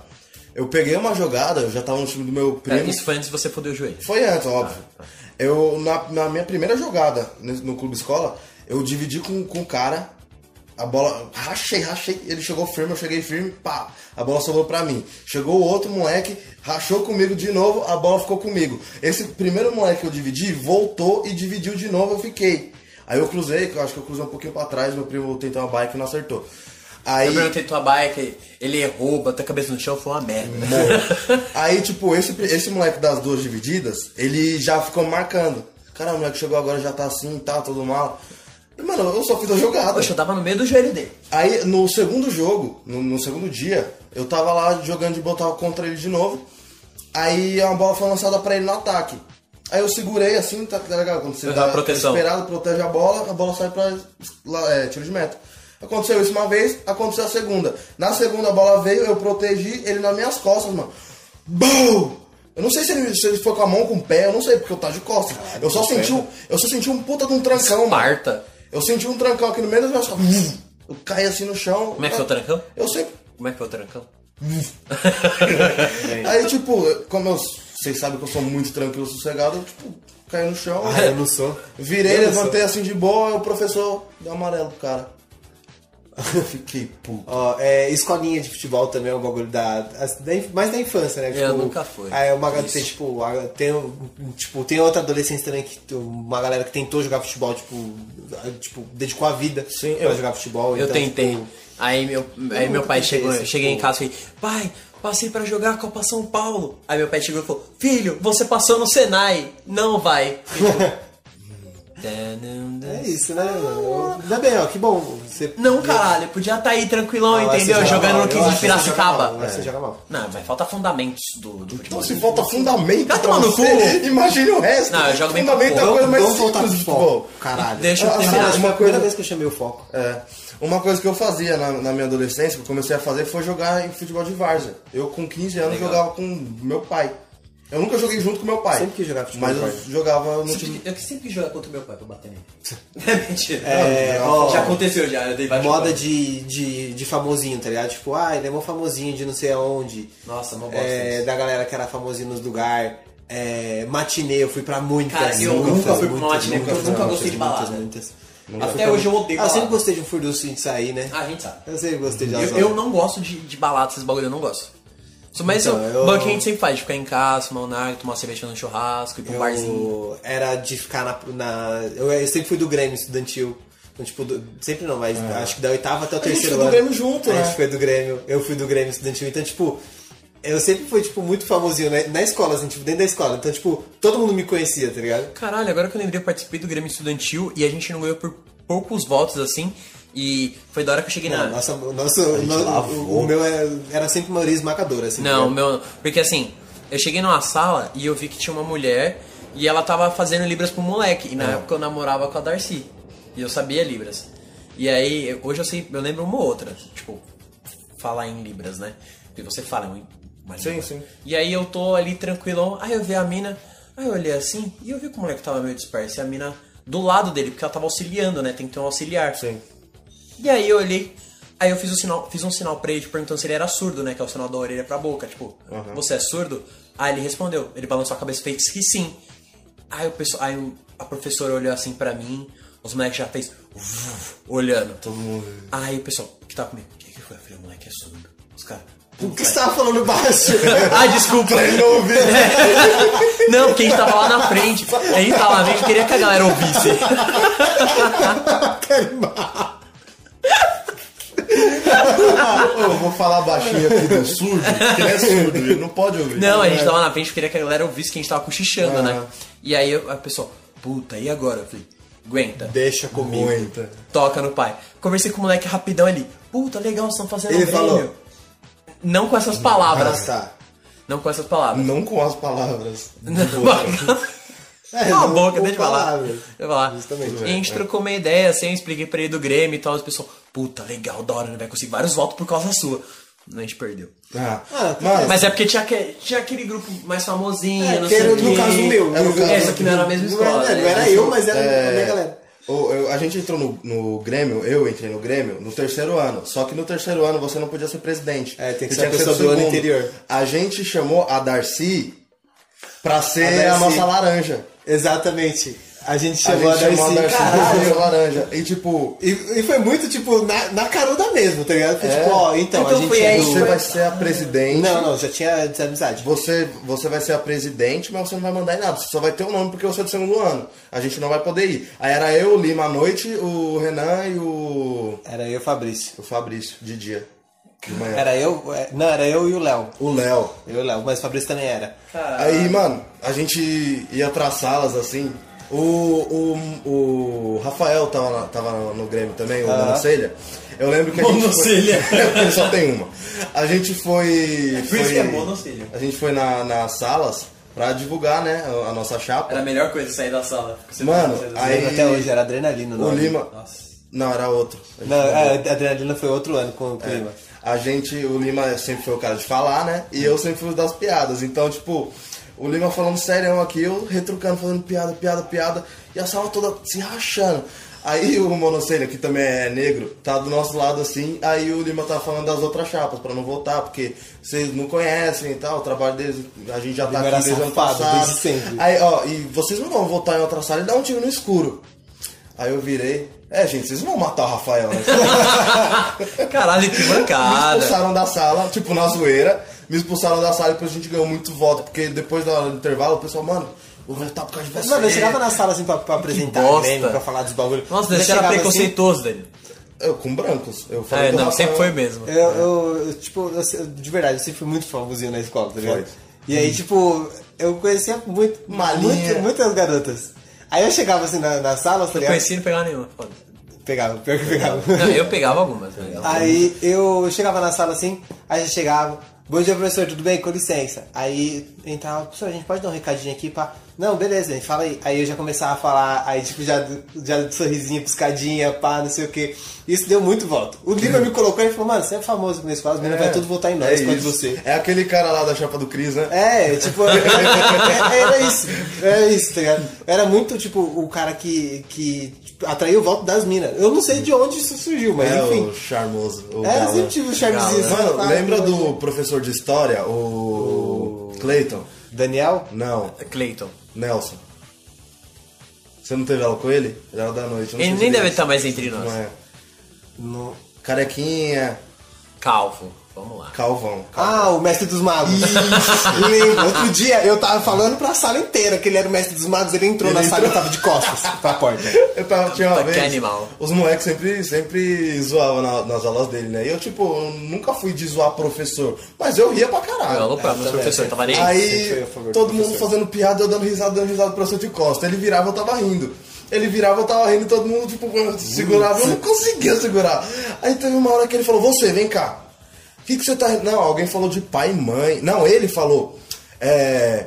Speaker 3: Eu peguei uma jogada, eu já tava no time do meu primo.
Speaker 2: É, Isso foi antes de você foder o joelho.
Speaker 3: Foi antes, óbvio. Eu, na, na minha primeira jogada no, no clube escola, eu dividi com, com o cara, a bola, rachei, rachei, ele chegou firme, eu cheguei firme, pá, a bola sobrou pra mim. Chegou o outro moleque, rachou comigo de novo, a bola ficou comigo. Esse primeiro moleque que eu dividi, voltou e dividiu de novo, eu fiquei. Aí eu cruzei, que eu acho que eu cruzei um pouquinho pra trás, meu primo tentou uma bike e não acertou. Aí...
Speaker 2: Eu perguntei tua bike, ele errou, bateu a cabeça no chão, foi uma merda.
Speaker 3: Bom, Aí, tipo, esse, esse moleque das duas divididas, ele já ficou marcando. Cara, o moleque chegou agora já tá assim e tal, todo mal. E, mano, eu só fiz a jogada.
Speaker 2: [LAUGHS] Poxa, eu tava no meio do joelho dele.
Speaker 3: Aí, no segundo jogo, no, no segundo dia, eu tava lá jogando de botar contra ele de novo. Aí é uma bola foi lançada pra ele no ataque. Aí eu segurei assim, tá tá ligado? Quando você
Speaker 2: Dá proteção.
Speaker 3: esperado, protege a bola, a bola sai pra lá, é, tiro de meta. Aconteceu isso uma vez, aconteceu a segunda. Na segunda a bola veio, eu protegi ele nas minhas costas, mano. BOOM! Eu não sei se ele, se ele foi com a mão ou com o pé, eu não sei, porque eu tava de costas. eu só senti
Speaker 2: né?
Speaker 3: um, eu só senti um puta de um trancão, mano.
Speaker 2: Marta.
Speaker 3: Eu senti um trancão aqui no meio das minhas
Speaker 1: Uhum.
Speaker 3: costas. Eu caí assim no chão.
Speaker 2: Como é que foi o trancão?
Speaker 3: Eu sempre.
Speaker 2: Como é que foi o trancão?
Speaker 1: É
Speaker 3: Aí, tipo, como eu, vocês sabem que eu sou muito tranquilo, sossegado, eu, tipo, caí no chão.
Speaker 1: Ah,
Speaker 2: é.
Speaker 1: eu não sou.
Speaker 3: Virei,
Speaker 1: Eu não
Speaker 3: levantei
Speaker 1: sou.
Speaker 3: assim de boa, aí o professor deu um amarelo pro cara. Eu Fiquei puto.
Speaker 1: Ó, é, escolinha de futebol também é um bagulho da, as- da inf- mais da infância, né?
Speaker 2: Eu É, nunca fui.
Speaker 1: Aí uma galera
Speaker 2: Isso.
Speaker 1: tem, tipo, a- tem, um- tipo, tem outra adolescência também que tem uma galera que tentou jogar futebol, tipo, a- tipo dedicou a vida pra jogar futebol.
Speaker 2: Eu
Speaker 1: então,
Speaker 2: tentei.
Speaker 1: tipo,
Speaker 2: aí meu, aí meu
Speaker 1: nunca
Speaker 2: pai
Speaker 1: tentei
Speaker 2: chegou, eu
Speaker 1: esse,
Speaker 2: cheguei em
Speaker 1: tipo-
Speaker 2: casa e falei, pai, passei pra jogar a Copa São Paulo. Aí meu pai chegou e falou, filho, você passou no Senai, não
Speaker 1: [LAUGHS]
Speaker 2: vai.
Speaker 1: é isso, né? mano? Ainda bem, ó, que bom. Você,
Speaker 2: Não, caralho, podia estar aí tranquilão,
Speaker 1: Ah, mas você
Speaker 2: entendeu?
Speaker 1: joga
Speaker 2: Jogando
Speaker 1: mal.
Speaker 2: no
Speaker 1: Eu
Speaker 2: 15
Speaker 1: acho
Speaker 2: de
Speaker 1: que você joga mal,
Speaker 2: Piracicaba. É.
Speaker 1: eu acho que você joga mal.
Speaker 2: Não, mas falta fundamentos do, do futebol.
Speaker 3: Então, se falta
Speaker 1: Uhum.
Speaker 2: Vai
Speaker 3: fundamento, pra
Speaker 2: tomar no
Speaker 3: você,
Speaker 2: cu.
Speaker 3: imagine o resto.
Speaker 2: Não, eu jogo bem pra
Speaker 3: fundamento é a
Speaker 2: porra.
Speaker 3: coisa mais
Speaker 1: Vamos voltar pro
Speaker 3: simples do futebol.
Speaker 1: futebol. Caralho.
Speaker 2: Deixa eu
Speaker 1: Ah,
Speaker 2: terminar.
Speaker 1: sabe, acho que foi a
Speaker 3: Uma
Speaker 1: primeira vez
Speaker 3: coisa-
Speaker 1: que eu chamei o foco.
Speaker 3: É. Uma coisa que eu fazia na, na minha adolescência, que eu comecei a fazer, foi jogar em futebol de várzea. Eu, com 15 anos,
Speaker 2: Legal.
Speaker 3: jogava com meu pai. Eu nunca joguei junto com meu pai.
Speaker 1: Sempre quis jogar futebol
Speaker 3: Mas
Speaker 1: de
Speaker 3: eu
Speaker 1: várzea.
Speaker 3: jogava no time.
Speaker 2: Sempre- Eu que sempre quis jogar contra meu pai pra bater
Speaker 1: [LAUGHS]
Speaker 2: nele. É mentira.
Speaker 1: É,
Speaker 2: Não,
Speaker 1: ó,
Speaker 2: já aconteceu, já. Eu dei várias
Speaker 1: É Moda
Speaker 2: jogadas.
Speaker 1: de, de, de famosinho, tá ligado? Tipo, ah, ele é mó famosinho de não sei aonde.
Speaker 2: Nossa, mó bosta
Speaker 1: é,
Speaker 2: isso.
Speaker 1: Da galera que era famosinho nos lugares. É, matinê, eu fui pra muitas.
Speaker 2: Cara, eu nunca fui pra uma matinê, porque eu
Speaker 1: fui
Speaker 2: nunca
Speaker 1: pra
Speaker 2: gostei de
Speaker 1: muitas,
Speaker 2: balada.
Speaker 1: muitas.
Speaker 2: Até
Speaker 1: fui pra
Speaker 2: hoje eu
Speaker 1: muitas.
Speaker 2: odeio
Speaker 1: Ah, Eu sempre
Speaker 2: balada.
Speaker 1: gostei de um furdurcinho de sair, né?
Speaker 2: Ah, a gente sabe.
Speaker 1: Eu sempre gostei de
Speaker 2: Eu,
Speaker 1: azar.
Speaker 2: eu não gosto de, de balada, esses bagulho, eu não gosto. Só mais
Speaker 1: Então,
Speaker 2: o
Speaker 1: eu-
Speaker 2: bagulho que a gente sempre faz, de ficar em casa, fumar um narco, tomar uma cerveja no churrasco, ir pra um barzinho.
Speaker 1: Eu era de ficar na. na- eu, eu sempre fui do Grêmio estudantil. Então, tipo, do- sempre não, mas
Speaker 2: É.
Speaker 1: acho que da oitava até o
Speaker 3: gente
Speaker 1: terceiro
Speaker 3: foi do
Speaker 1: ano.
Speaker 3: Grêmio junto,
Speaker 1: a
Speaker 3: né?
Speaker 1: gente foi do Grêmio, eu fui do Grêmio estudantil. Então, tipo, Eu sempre fui, tipo, muito famosinho né? na escola, assim, tipo, dentro da escola. Então, tipo, todo mundo me conhecia, tá ligado?
Speaker 2: Caralho, agora que eu lembrei, eu participei do Grêmio Estudantil e a gente não ganhou por poucos votos, assim. E foi da hora que eu cheguei na.
Speaker 1: Não, nossa, o nosso, o no-
Speaker 3: lavou.
Speaker 1: o meu era, era sempre maioria esmagadora, assim. tá
Speaker 2: Não,
Speaker 1: ligado?
Speaker 2: meu. Porque assim, eu cheguei numa sala e eu vi que tinha uma mulher e ela tava fazendo Libras pro moleque. E
Speaker 3: É.
Speaker 2: na época eu namorava com a Darcy. E eu sabia Libras. E aí, eu- hoje eu sei, eu lembro uma ou outra. Tipo, falar em Libras, né? Porque você fala em uma
Speaker 3: Sim,
Speaker 2: língua.
Speaker 3: sim.
Speaker 2: E aí eu tô ali tranquilão, aí eu vi a mina, aí eu olhei assim e eu vi que o moleque tava meio disperso. E a mina do lado dele, porque ela tava auxiliando, né? Tem que ter um auxiliar.
Speaker 3: Sim.
Speaker 2: E aí eu olhei, aí eu fiz, o sinal, fiz um sinal pra ele, tipo, perguntando se ele era surdo, né? Que é o sinal da orelha pra boca, tipo, você é surdo? Aí ele respondeu, ele balançou a cabeça e fez que sim. Aí, o pessoal, aí o- a professora olhou assim pra mim, os moleques já fez, [LAUGHS] "Vuf", olhando. Todo mundo. Aí o pessoal que tava comigo, o que, que foi? Eu falei, o moleque é surdo. Os caras.
Speaker 1: Por que você tava falando baixo?
Speaker 2: [LAUGHS]
Speaker 1: [LAUGHS]
Speaker 2: Ah, desculpa.
Speaker 3: não ouviu.
Speaker 2: Não, porque a gente tava lá na frente. A gente tava lá na frente, queria que a galera ouvisse.
Speaker 3: Eu vou falar baixinho aqui do surdo, porque ele é surdo, ele não é pode ouvir.
Speaker 2: Não,
Speaker 1: É.
Speaker 2: a gente tá tava na frente, queria que a galera ouvisse que a gente tava cochichando,
Speaker 3: Ah.
Speaker 2: né? E aí eu- a pessoa, puta, e agora? Eu falei, aguenta,
Speaker 1: Deixa comigo.
Speaker 3: Aguenta.
Speaker 2: toca no pai. Conversei com o moleque rapidão ali, puta, legal, vocês estão fazendo
Speaker 1: Ele
Speaker 2: um Grêmio.
Speaker 1: falou.
Speaker 2: Não com essas palavras.
Speaker 1: Ah, tá.
Speaker 2: Não com essas palavras.
Speaker 3: Não com as palavras.
Speaker 2: Não, [LAUGHS]
Speaker 1: É,
Speaker 2: Cala a
Speaker 1: não
Speaker 2: boca,
Speaker 1: com
Speaker 2: deixa eu falar.
Speaker 1: palavras.
Speaker 2: Deixa eu falar.
Speaker 1: Justamente. é,
Speaker 2: E a gente trocou uma ideia, assim, eu expliquei pra ele do Grêmio e tal. As pessoas, puta, legal, da hora, ele vai conseguir vários votos por causa sua. A gente perdeu.
Speaker 3: Ah,
Speaker 1: Ah,
Speaker 3: mas,
Speaker 2: Mas é porque tinha, aque- tinha aquele grupo mais famosinho,
Speaker 1: É,
Speaker 2: não
Speaker 1: que
Speaker 2: sei
Speaker 1: era
Speaker 2: o quê.
Speaker 1: no caso meu. né?
Speaker 3: É, no caso-
Speaker 2: Essa que não era a mesma
Speaker 1: Não era-
Speaker 2: escola.
Speaker 1: não
Speaker 2: né?
Speaker 1: era eu, mas era
Speaker 3: É.
Speaker 1: a minha galera.
Speaker 3: o- eu- a gente entrou no, no Grêmio, eu entrei no Grêmio no terceiro ano. Só que no terceiro ano você não podia ser presidente.
Speaker 1: É, tem que
Speaker 3: Você
Speaker 1: ser a
Speaker 3: tinha
Speaker 1: pessoa
Speaker 3: do
Speaker 1: do ano
Speaker 3: segundo.
Speaker 1: anterior.
Speaker 3: A gente chamou a Darcy pra ser a,
Speaker 1: Darcy.
Speaker 3: nossa laranja.
Speaker 1: Exatamente. A gente
Speaker 3: A
Speaker 1: chamou a,
Speaker 3: gente chamou a
Speaker 1: Darcy.
Speaker 3: Darcy pra
Speaker 1: Caralho.
Speaker 3: ser a [LAUGHS] laranja. E tipo,
Speaker 1: E, e foi muito, tipo, na, na caruda mesmo, tá ligado? Foi
Speaker 3: É.
Speaker 1: tipo, ó, então, a
Speaker 2: Então
Speaker 1: gente...
Speaker 2: foi
Speaker 1: é
Speaker 2: aí,
Speaker 1: do-
Speaker 3: você vai ser a presidente.
Speaker 1: Não, não, já tinha desamizade.
Speaker 3: Você, você vai ser a presidente, mas você não vai mandar em nada. Você só vai ter o nome porque você é do segundo ano. A gente não vai poder ir. Aí era eu, o Lima à noite, o Renan e o,
Speaker 1: Era eu e o Fabrício.
Speaker 3: o Fabrício de dia. De manhã.
Speaker 1: Era eu... é, Não, era eu e o Léo.
Speaker 3: O Léo.
Speaker 1: Eu e o Léo, mas o Fabrício também era.
Speaker 3: Aí, mano, a gente ia pra salas assim. O, o, o Rafael tava, lá- tava no, no Grêmio também, o
Speaker 1: Aham.
Speaker 3: Monocelha. Eu lembro que a gente. [LAUGHS]
Speaker 2: Monocelha.
Speaker 3: Foi... Ele só tem uma. A gente foi.
Speaker 2: por isso que é monocelha.
Speaker 3: A gente foi na, nas salas pra divulgar, né, a, a nossa chapa.
Speaker 2: Era a melhor coisa sair da sala. Você
Speaker 3: Mano,
Speaker 2: não precisa-
Speaker 1: Eu
Speaker 3: aí-
Speaker 1: lembro até hoje, era Adrenalina.
Speaker 3: O
Speaker 1: nome.
Speaker 3: Lima.
Speaker 2: Nossa.
Speaker 3: Não, era outro. A gente
Speaker 1: Não, é,
Speaker 3: mudou.
Speaker 1: a Adrenalina foi outro ano com
Speaker 3: É.
Speaker 1: o Lima.
Speaker 3: A gente, o Lima sempre foi o cara de falar, né? E eu sempre fui o das piadas. Então, tipo, o Lima falando sério aqui, eu retrucando, falando piada, piada, piada, e a sala toda se rachando. Aí o Monocelha, que também é negro, tá do nosso lado assim, aí o Lima tá falando das outras chapas pra não votar, porque vocês não conhecem e tal, o trabalho deles, a gente já tá
Speaker 1: Lima era
Speaker 3: aqui desde o ano
Speaker 1: safado,
Speaker 3: passado.
Speaker 1: desde sempre.
Speaker 3: Aí, ó, e vocês não vão votar em outra sala e dá um tiro no escuro. Aí eu virei, é gente, vocês não vão matar o Rafael, né?
Speaker 2: Caralho, que
Speaker 3: Me
Speaker 2: bancada.
Speaker 3: expulsaram da sala, tipo, na zoeira. Me expulsaram da sala e depois a gente ganhou muito voto. Porque depois da hora do intervalo, o pessoal, mano, eu vou votar por causa de você.
Speaker 1: Mano, eu chegava na sala assim pra, pra apresentar
Speaker 2: bosta.
Speaker 1: meme, pra falar dos bagulhos.
Speaker 2: Nossa,
Speaker 1: Eu
Speaker 2: você era
Speaker 1: chegava assim,
Speaker 2: preconceituoso, Danilo.
Speaker 3: Eu, com né? brancos. Eu falei
Speaker 2: É,
Speaker 3: do
Speaker 2: não,
Speaker 3: Rafael.
Speaker 2: sempre foi mesmo.
Speaker 1: Eu, eu, eu, tipo, eu se- de verdade, eu sempre fui muito famosinho na escola, tá ligado?
Speaker 3: Foi.
Speaker 1: E aí, tipo, eu conhecia muito,
Speaker 3: Malinha.
Speaker 1: muito- muitas garotas. Aí eu chegava assim na, na sala, tá
Speaker 2: Eu Uhum.
Speaker 1: ligado?
Speaker 2: conheci e não pegava nenhuma. foda.
Speaker 1: Pegava, pior que pegava.
Speaker 2: Não, eu pegava algumas. né?
Speaker 3: Então,
Speaker 1: Aí eu chegava na sala assim, aí já chegava, bom dia professor, tudo bem? Com licença. Aí entrava, professor, a gente pode dar um recadinho aqui pra. Não, beleza, gente, fala aí. Aí eu já começava a falar, aí tipo, já, já sorrisinho, piscadinha, pá, não sei o que. Isso deu muito voto. O Lima me colocou e falou, mano, você é famoso na escola, as meninas vão tudo votar em nós, por causa de
Speaker 3: isso.
Speaker 1: você.
Speaker 3: É aquele cara lá da chapa do Cris, né?
Speaker 1: É, tipo, [LAUGHS] é- era isso, era isso, tá ligado? Era muito, tipo, o cara que, que tipo, atraiu o voto das minas. Eu não sei de onde isso surgiu, mas
Speaker 3: É,
Speaker 1: enfim.
Speaker 3: o charmoso. O
Speaker 1: Era
Speaker 3: galã.
Speaker 1: sempre tive o charmezinho. assim,
Speaker 3: Mano,
Speaker 1: tá?
Speaker 3: lembra do professor de história, o. Clayton?
Speaker 1: Daniel?
Speaker 3: Não,
Speaker 2: Clayton.
Speaker 3: Nelson. Você não teve aula com ele? Ele era da noite. eu não
Speaker 2: Ele
Speaker 3: sei se
Speaker 2: nem deve
Speaker 3: é.
Speaker 2: estar mais entre nós.
Speaker 3: Não é.
Speaker 1: No...
Speaker 3: Carequinha.
Speaker 2: Calvo. Vamos lá.
Speaker 3: Calvão.
Speaker 1: Ah, o mestre dos magos. [LAUGHS] Lembro. Outro dia eu tava falando pra sala inteira que ele era o mestre dos magos, ele entrou na sala e tava de costas pra porta.
Speaker 3: Eu tava, tinha uma
Speaker 2: Puta, que
Speaker 3: vez,
Speaker 2: animal.
Speaker 3: os moleques sempre, sempre zoavam na- nas aulas dele, né? E eu, tipo, eu nunca fui de zoar professor, mas eu ria pra caralho. né? tá
Speaker 2: Alô, pra professor, tava nem aí.
Speaker 1: Sempre foi
Speaker 3: Aí,
Speaker 1: a favor do
Speaker 3: todo mundo
Speaker 1: professor.
Speaker 3: fazendo piada, eu dando risada, dando risada pro professor de costa. Ele virava, eu tava rindo. Ele virava, eu tava rindo, todo mundo, tipo, segurava. Eu não conseguia segurar. Aí teve uma hora que ele falou, você, vem cá. O que, que você tá... rindo?" Não, alguém falou de pai e mãe. Não, ele falou, é...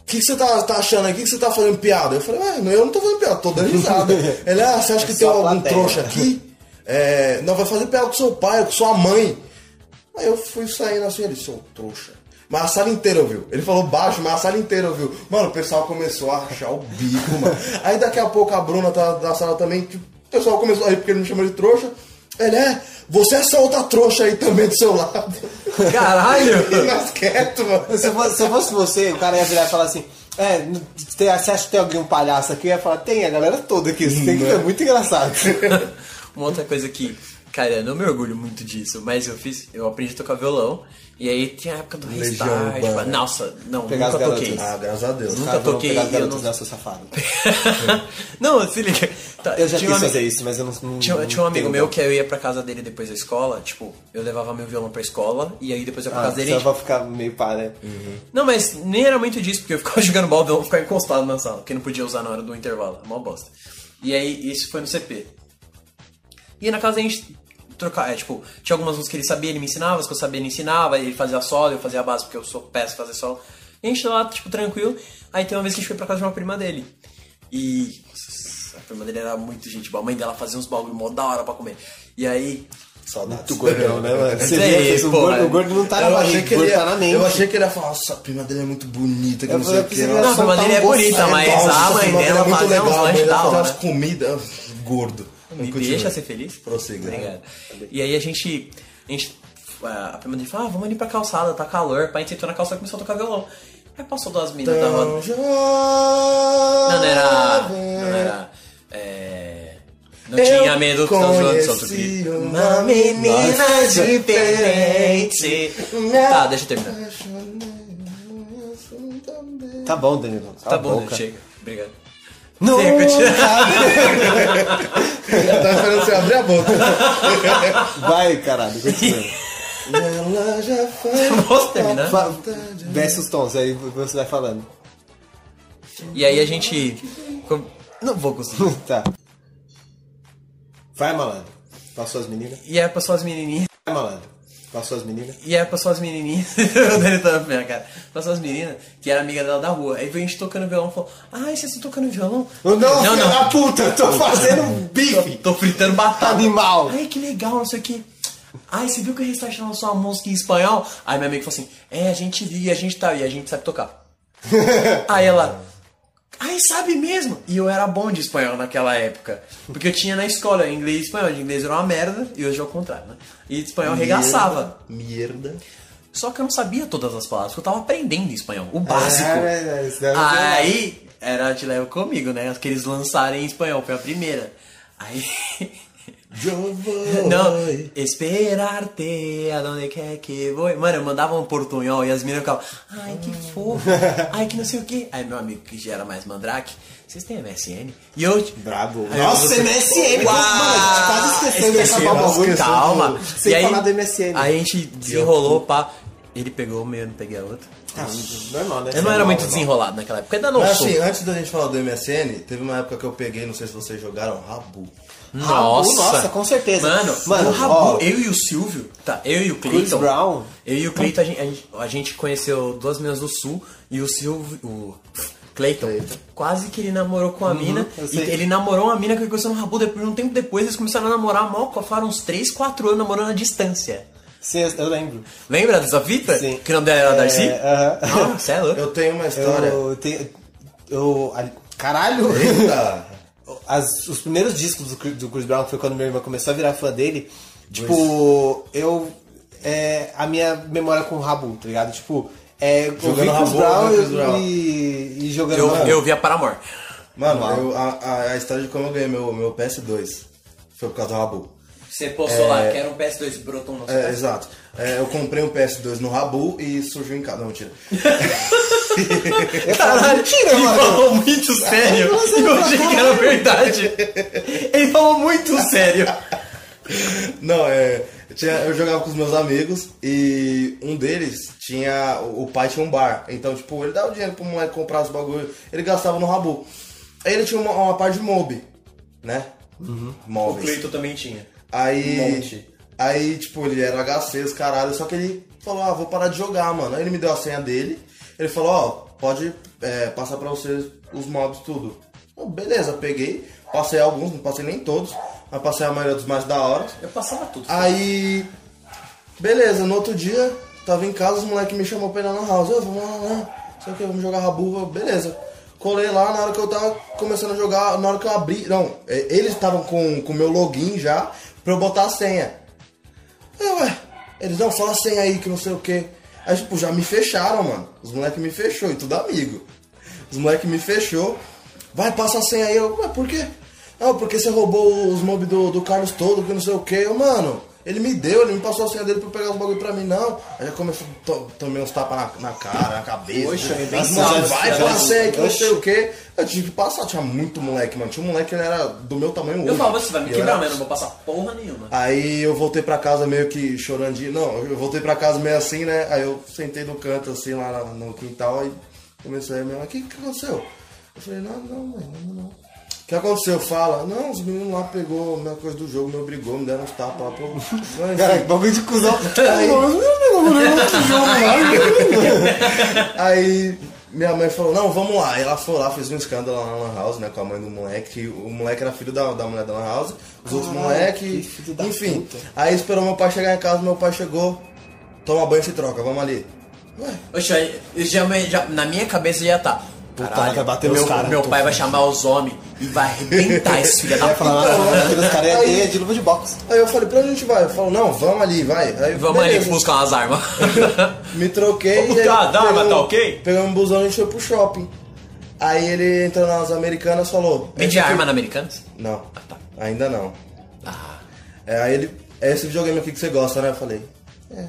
Speaker 3: O que, que você tá, tá achando aí? O que, que você tá fazendo piada? Eu falei, ué, não, eu não tô fazendo piada, tô
Speaker 1: [LAUGHS]
Speaker 3: dando risada. Ele, ah, você acha que
Speaker 1: É
Speaker 3: tem
Speaker 1: só a
Speaker 3: algum
Speaker 1: plateia.
Speaker 3: trouxa aqui? É, não, vai fazer piada com seu pai, com sua mãe. Aí eu fui saindo assim, ele, seu trouxa. Mas a sala inteira ouviu. Ele falou baixo, mas a sala inteira ouviu. Mano, o pessoal começou a rachar o bico, [LAUGHS] mano. Aí daqui a pouco a Bruna tá, da sala também, tipo, o pessoal começou a rir porque ele me chamou de trouxa. Ele é, você é essa outra trouxa aí também do seu [LAUGHS] lado. [LAUGHS] E
Speaker 2: Caralho!
Speaker 3: nós quieto, mano.
Speaker 1: Se eu, fosse, se eu fosse você, o cara ia virar e falar assim: É, n- tem- você acha que tem alguém um palhaço aqui? Eu ia falar: Tem, a galera toda aqui, isso tem que ser muito [LAUGHS] engraçado.
Speaker 2: Uma outra coisa que, cara, eu não me orgulho muito disso, mas eu fiz, eu aprendi a tocar violão. E aí tinha a época do
Speaker 3: Legião
Speaker 2: restart.
Speaker 3: Urbana.
Speaker 2: tipo, Nossa, não,
Speaker 1: Pegar
Speaker 2: nunca
Speaker 1: as
Speaker 2: toquei.
Speaker 1: garotas.
Speaker 3: Ah, graças a Deus.
Speaker 2: Nunca
Speaker 1: Cara, vamos
Speaker 2: toquei,
Speaker 1: Tá pegar as
Speaker 2: eu
Speaker 1: garotas
Speaker 2: não-
Speaker 1: dessa safada.
Speaker 2: não, se liga. Tá,
Speaker 1: Eu já
Speaker 2: tinha
Speaker 1: quis
Speaker 2: uma-
Speaker 1: fazer isso, mas eu não. não
Speaker 2: Tinha, tinha um
Speaker 1: não
Speaker 2: amigo
Speaker 1: tenho-
Speaker 2: meu que eu ia pra casa dele depois da escola, tipo, eu levava meu violão pra escola e aí depois eu ia pra
Speaker 1: Ah,
Speaker 2: casa dele.
Speaker 1: só pra ficar meio pá, né?
Speaker 2: Não, mas nem era muito disso, porque eu ficava [LAUGHS] jogando bola, o violão ficava encostado na sala, porque não podia usar na hora do intervalo, é uma bosta. E aí, isso foi no CP. E aí na casa a gente trocava, é, tipo, tinha algumas músicas que ele sabia, ele me ensinava, as que eu sabia, ele ensinava, ele fazia solo, eu fazia a base, porque eu sou péssimo em fazer solo. E a gente lá, tipo, tranquilo. Aí tem uma vez que a gente foi pra casa de uma prima dele. E. nossa, a prima dele era muito gente boa. A mãe dela fazia uns bagulho mó da hora pra comer. E aí.
Speaker 3: Saudades.
Speaker 1: Muito gordão, né, mano? Você
Speaker 2: Isso aí,
Speaker 1: vê, o
Speaker 2: pô,
Speaker 1: gordo- o
Speaker 2: mano.
Speaker 1: gordo não tá na
Speaker 3: Eu achei,
Speaker 1: barriga,
Speaker 3: que
Speaker 1: o
Speaker 3: ele
Speaker 1: gordo
Speaker 3: ia,
Speaker 1: tá na mente.
Speaker 3: eu achei que ele ia falar, nossa, a prima dele é muito bonita, que
Speaker 1: Eu
Speaker 3: não sei
Speaker 1: falei,
Speaker 3: o que.
Speaker 1: "Precisa
Speaker 3: Nossa,
Speaker 2: Não, mas
Speaker 1: soltar
Speaker 2: ele é
Speaker 1: um gosto-
Speaker 2: bonita,
Speaker 3: né?
Speaker 1: Ah,
Speaker 2: mas
Speaker 1: nossa,
Speaker 2: a
Speaker 3: essa
Speaker 2: mãe
Speaker 3: prima
Speaker 2: dela
Speaker 3: é muito
Speaker 2: fazia uns
Speaker 3: legal,
Speaker 2: lanches
Speaker 3: mas ela
Speaker 2: da
Speaker 3: fazia
Speaker 2: hora.
Speaker 3: umas comidas ah, gordo.
Speaker 2: Me
Speaker 3: Continua.
Speaker 2: deixa ser feliz.
Speaker 3: Prossiga.
Speaker 2: Obrigado. E aí a gente. A, gente, a prima dele falou, ah, vamos ali pra calçada, tá calor. Pai, a gente sentou na calçada e começou a tocar violão. Aí passou duas meninas da
Speaker 3: Então,
Speaker 2: roda. Não, não era. Não era. É, não tinha medo que tava zoando só outro dia.
Speaker 3: uma menina diferente.
Speaker 2: Tá, deixa eu terminar.
Speaker 1: Tá bom, Danilo.
Speaker 2: Tá bom,
Speaker 1: boca.
Speaker 2: chega. Obrigado.
Speaker 1: Não,
Speaker 2: [LAUGHS] Sim, continua.
Speaker 3: Eu tava esperando você abrir
Speaker 2: [LAUGHS]
Speaker 3: a boca.
Speaker 1: Vai, caralho, continua.
Speaker 3: Ela já foi.
Speaker 2: Posso terminar?
Speaker 1: Fa- Desce os tons, aí você vai falando. [LAUGHS]
Speaker 2: E aí a gente. com- Não vou conseguir.
Speaker 1: Tá. Vai, malandro. Passou as meninas.
Speaker 2: E aí passou as menininhas.
Speaker 1: Vai, malandro. Passou as meninas.
Speaker 2: E aí passou as menininhas, [LAUGHS] o Dani tá na minha cara, passou as meninas, que era amiga dela da rua. Aí veio a gente tocando violão e falou, ai, vocês estão tocando violão?
Speaker 1: Não,
Speaker 2: não,
Speaker 1: filha
Speaker 2: não,
Speaker 1: da puta, eu tô fazendo um bife.
Speaker 2: tô fritando batata.
Speaker 1: Animal.
Speaker 2: Ai, que legal, não sei o que. Ai, você viu que o Restart lançou uma música em espanhol? Aí minha amiga falou assim, é, a gente viu, e a gente tá, e a gente sabe
Speaker 1: [LAUGHS]
Speaker 2: tocar. Aí ela, ai, sabe mesmo? E eu era bom de espanhol naquela época, porque eu tinha na escola inglês e espanhol, de inglês era uma merda, e hoje é o contrário, né? E de espanhol arregaçava.
Speaker 3: Merda.
Speaker 2: Só que eu não sabia todas as palavras, porque eu tava aprendendo espanhol, o básico.
Speaker 1: É, é, é, isso daí eu não tenho nada.
Speaker 2: Aí era de leva comigo, né? As que eles lançaram em espanhol, foi a primeira.
Speaker 1: [LAUGHS]
Speaker 2: Aí. Não, esperarte aonde quer que vou. Mano, eu mandava um portunhol e as meninas ficavam, ai que
Speaker 1: [LAUGHS]
Speaker 2: fofo, ai que não sei o que. Aí meu amigo que já era mais mandrake, vocês têm MSN? E eu.
Speaker 1: Brabo.
Speaker 2: Aí eu-
Speaker 1: Nossa, MSN.
Speaker 2: Uau! tá
Speaker 1: Mano, a gente quase esqueceu de
Speaker 2: Esqueci,
Speaker 1: acabar o bagulho.
Speaker 2: Calma.
Speaker 1: Sem
Speaker 2: E aí-
Speaker 1: falar do MSN.
Speaker 2: Aí a gente desenrolou, pá. Ele pegou o meu, eu não peguei a outra.
Speaker 1: Tá, normal, né?
Speaker 2: Eu não era
Speaker 1: Normal,
Speaker 2: muito
Speaker 1: normal.
Speaker 2: desenrolado naquela época, ainda não
Speaker 3: Mas
Speaker 2: sou.
Speaker 3: assim, antes da gente falar do MSN, teve uma época que eu peguei, não sei se vocês jogaram, Rabu.
Speaker 1: Rabu, nossa, com certeza.
Speaker 2: Mano,
Speaker 1: Mano,
Speaker 2: o Rabu,
Speaker 1: ó.
Speaker 2: eu e o Silvio, tá, eu e o Clayton.
Speaker 1: Brown.
Speaker 2: Eu e o Clayton, a gente, a gente- a gente conheceu duas meninas do Sul e o Silvio. O Clayton, quase que ele namorou com a mina.
Speaker 1: Uhum, eu
Speaker 2: E
Speaker 1: sei.
Speaker 2: ele namorou uma mina que ele conheceu no Rabu, depois um tempo depois eles começaram a namorar mal, ficaram uns 3, 4 anos namorando à distância.
Speaker 1: Sim, eu- eu lembro.
Speaker 2: Lembra dessa fita?
Speaker 1: Sim.
Speaker 2: Que o nome dela era
Speaker 1: É,
Speaker 2: Darcy?
Speaker 1: aham.
Speaker 2: Ah, cê é louco.
Speaker 3: Eu tenho uma história.
Speaker 1: Eu tenho... Eu... ali- Caralho!
Speaker 3: Eita!
Speaker 2: [LAUGHS]
Speaker 1: As- os primeiros discos do, Chris- do Chris Brown, que foi quando minha irmã começou a virar fã dele, tipo, eu. é, a minha memória com o Rabu, tá ligado? Tipo, é, eu
Speaker 3: Jogando
Speaker 1: vi Chris
Speaker 3: Rabu,
Speaker 1: Brown
Speaker 3: né, Chris
Speaker 1: e-
Speaker 3: Brown.
Speaker 1: E, e jogando.
Speaker 2: Eu,
Speaker 1: Mano,
Speaker 2: eu vi a Paramore.
Speaker 3: Mano, eu- a, a- a história de como eu ganhei meu, meu PS2 foi por causa do Rabu.
Speaker 2: Você postou
Speaker 1: É.
Speaker 2: lá, quero um PS2 brotou no
Speaker 3: É, exato. É, eu comprei um PS2 no Rabu e surgiu em casa. Não, tira.
Speaker 2: Caralho,
Speaker 1: Mentira,
Speaker 2: ele
Speaker 1: mano. assim?
Speaker 2: falou muito sério. E eu achei que era verdade. Ele falou muito sério.
Speaker 3: Não, é. eu tinha- eu jogava com os meus amigos e um deles tinha. O o pai tinha um bar. Então, tipo, ele dava o dinheiro pro moleque comprar os bagulhos. Ele gastava no Rabu. Aí ele tinha uma, uma par de mob, né?
Speaker 2: O
Speaker 3: Móveis.
Speaker 2: Cleiton também tinha.
Speaker 3: Aí.
Speaker 2: Um monte.
Speaker 3: Aí, tipo, ele era HC, os caralho, só que ele falou, ah, vou parar de jogar, mano. Aí ele me deu a senha dele, ele falou, ó, pode é, passar pra vocês os mobs tudo. Eu, beleza, peguei, passei alguns, não passei nem todos, mas passei a maioria dos mais da hora.
Speaker 2: Eu passava tudo.
Speaker 3: Aí. Beleza, no outro dia, tava em casa, os moleque me chamou pra ir lá na house. Eu, vamos lá, né? Só que vamos jogar rabu, eu, beleza. Colei lá, na hora que eu tava começando a jogar, na hora que eu abri. Não, é, eles estavam com o meu login já pra eu botar a senha. Eu, É, ué, eles não, fala a senha aí que não sei o que. Aí, tipo, já me fecharam, mano. Os moleque me fechou, e tudo amigo. Os moleque me fechou. Vai, passa a senha aí. Eu, ué, por quê? Não, porque você roubou os mob do, do Carlos todo, que não sei o que. Eu, mano, ele me deu, ele me passou a senha dele pra eu pegar os bagulho pra mim, não. Aí já começou, to, tomei uns tapas na, na cara, na cabeça.
Speaker 2: Poxa,
Speaker 3: Mas,
Speaker 2: bem
Speaker 3: mano,
Speaker 2: salvo,
Speaker 3: vai,
Speaker 2: cara.
Speaker 3: fala a senha aí que não
Speaker 1: Oxe.
Speaker 3: sei o que. Eu tive que passar, tinha muito moleque, mano. Tinha um moleque que ele era do meu tamanho hoje.
Speaker 2: Eu falava, você vai me
Speaker 3: E eu
Speaker 2: quebrar,
Speaker 3: era
Speaker 2: mas eu não vou passar porra nenhuma.
Speaker 3: Aí eu voltei pra casa meio que chorando de. Não, eu voltei pra casa meio assim, né? Aí eu sentei no canto, assim, lá na- no quintal, e comecei a minha mãe, o que, que aconteceu? Eu falei, não, não, mãe, não, não. O que aconteceu? Fala, não, os meninos lá pegou a minha coisa do jogo, me obrigou, me deram uns tapas lá, pô. Não,
Speaker 1: Cara,
Speaker 3: enfim.
Speaker 1: que bagulho de cuzão.
Speaker 3: Aí.
Speaker 1: Mano, meu amigo, eu não jogo mais.
Speaker 3: Aí minha mãe falou, não, vamos lá. Aí ela foi lá, fez um escândalo lá na Lan House, né, com a mãe do moleque. que O moleque era filho da, da mulher da Lan House, os outros
Speaker 1: Caralho, Ah, que
Speaker 3: moleques.
Speaker 1: filho da
Speaker 3: Enfim.
Speaker 1: puta.
Speaker 3: Aí esperou meu pai chegar em casa, meu pai chegou, toma banho e se troca, vamos ali. Ué,
Speaker 2: Oxe, aí, eu já, me- já- na minha cabeça já tá.
Speaker 1: Ah. Puta,
Speaker 2: Caralho,
Speaker 1: vai bater nos
Speaker 2: meu,
Speaker 1: caras,
Speaker 2: meu
Speaker 1: tô
Speaker 2: pai vai chamar os homens e vai arrebentar esse filho da
Speaker 1: Vai falar,
Speaker 2: puta.
Speaker 1: nossa, os caras é
Speaker 3: Aí.
Speaker 1: de- de luva de boxe.
Speaker 3: Aí eu falei, pra onde a gente vai? Eu falo, não, vamos ali, vai. Aí,
Speaker 2: Vamos ali
Speaker 3: beleza.
Speaker 2: buscar umas armas.
Speaker 1: [LAUGHS]
Speaker 3: Me troquei.
Speaker 2: Vamos
Speaker 3: e aí
Speaker 2: dar a dama,
Speaker 3: pegamos-
Speaker 2: tá ok?
Speaker 3: Pegamos um busão e a gente foi pro shopping. Aí ele entrou nas americanas e falou.
Speaker 2: Vende
Speaker 3: "Esse aqui-
Speaker 2: arma na Americanas?
Speaker 3: Não,
Speaker 2: tá.
Speaker 3: ainda não.
Speaker 2: Ah.
Speaker 3: É, aí ele. É esse videogame aqui que você gosta, né? Eu falei, é,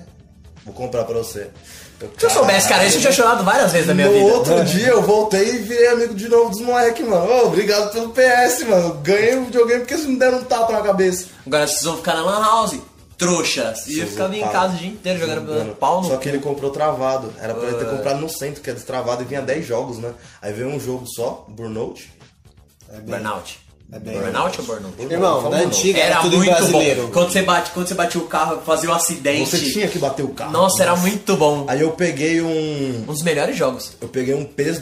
Speaker 3: vou comprar pra você.
Speaker 2: Se eu soubesse, cara, isso eu tinha chorado várias vezes na minha
Speaker 3: No
Speaker 2: vida.
Speaker 3: outro dia eu voltei e virei amigo de novo dos moleques, mano. Ô, obrigado pelo PS, mano. Ganhei o videogame porque vocês me deram um tapa na cabeça.
Speaker 2: Agora vocês vão ficar na lan house, trouxas. E eu ficava em
Speaker 3: pau.
Speaker 2: casa o dia inteiro jogando
Speaker 3: Mano,
Speaker 2: pau
Speaker 3: Só
Speaker 2: no. Ah.
Speaker 3: que ele comprou travado. Era pra ele ter comprado no centro, que é destravado, e vinha 10 jogos, né? Aí veio um jogo só, Burnout.
Speaker 1: É bem-
Speaker 2: Burnout.
Speaker 1: É bem-
Speaker 2: Burnout ou burnout?
Speaker 1: Irmão,
Speaker 3: Fala
Speaker 1: da
Speaker 3: não.
Speaker 1: antiga era
Speaker 2: Era
Speaker 1: tudo em
Speaker 2: muito
Speaker 1: brasileiro.
Speaker 2: bom. Quando você, bate, quando você batia o carro, fazia o acidente.
Speaker 3: Você tinha que bater o carro.
Speaker 2: Nossa, era muito bom.
Speaker 3: Aí eu peguei um.
Speaker 2: Um dos melhores jogos.
Speaker 3: Eu peguei um PES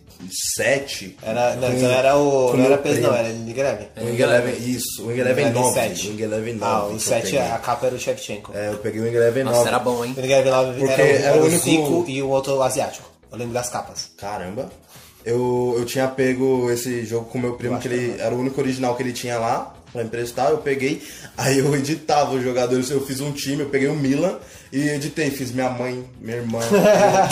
Speaker 3: 2007.
Speaker 1: Era, não,
Speaker 3: Com-
Speaker 1: então era o. Não
Speaker 3: com meu
Speaker 1: era peso, não,
Speaker 3: primo.
Speaker 1: era League Eleven.
Speaker 3: Wing Eleven, isso. Wing Eleven 9. Wing Eleven 9.
Speaker 1: Ah, o
Speaker 3: que eu
Speaker 1: 7
Speaker 3: peguei.
Speaker 1: a capa era o Shevchenko.
Speaker 3: É, eu peguei o Wing Eleven 9.
Speaker 2: Nossa, era
Speaker 1: [LAUGHS]
Speaker 2: bom, hein?
Speaker 1: O League Eleven lá
Speaker 3: Porque
Speaker 1: era, o- era
Speaker 3: era o
Speaker 1: o
Speaker 3: único-
Speaker 1: Zico e o outro asiático. Eu lembro das capas.
Speaker 3: Caramba. Eu, eu tinha pego esse jogo com meu primo, que ele era o único original que ele tinha lá, pra emprestar, eu peguei, aí eu editava os jogadores, eu fiz um time, eu peguei o Milan e editei, fiz minha mãe, minha [LAUGHS] irmã.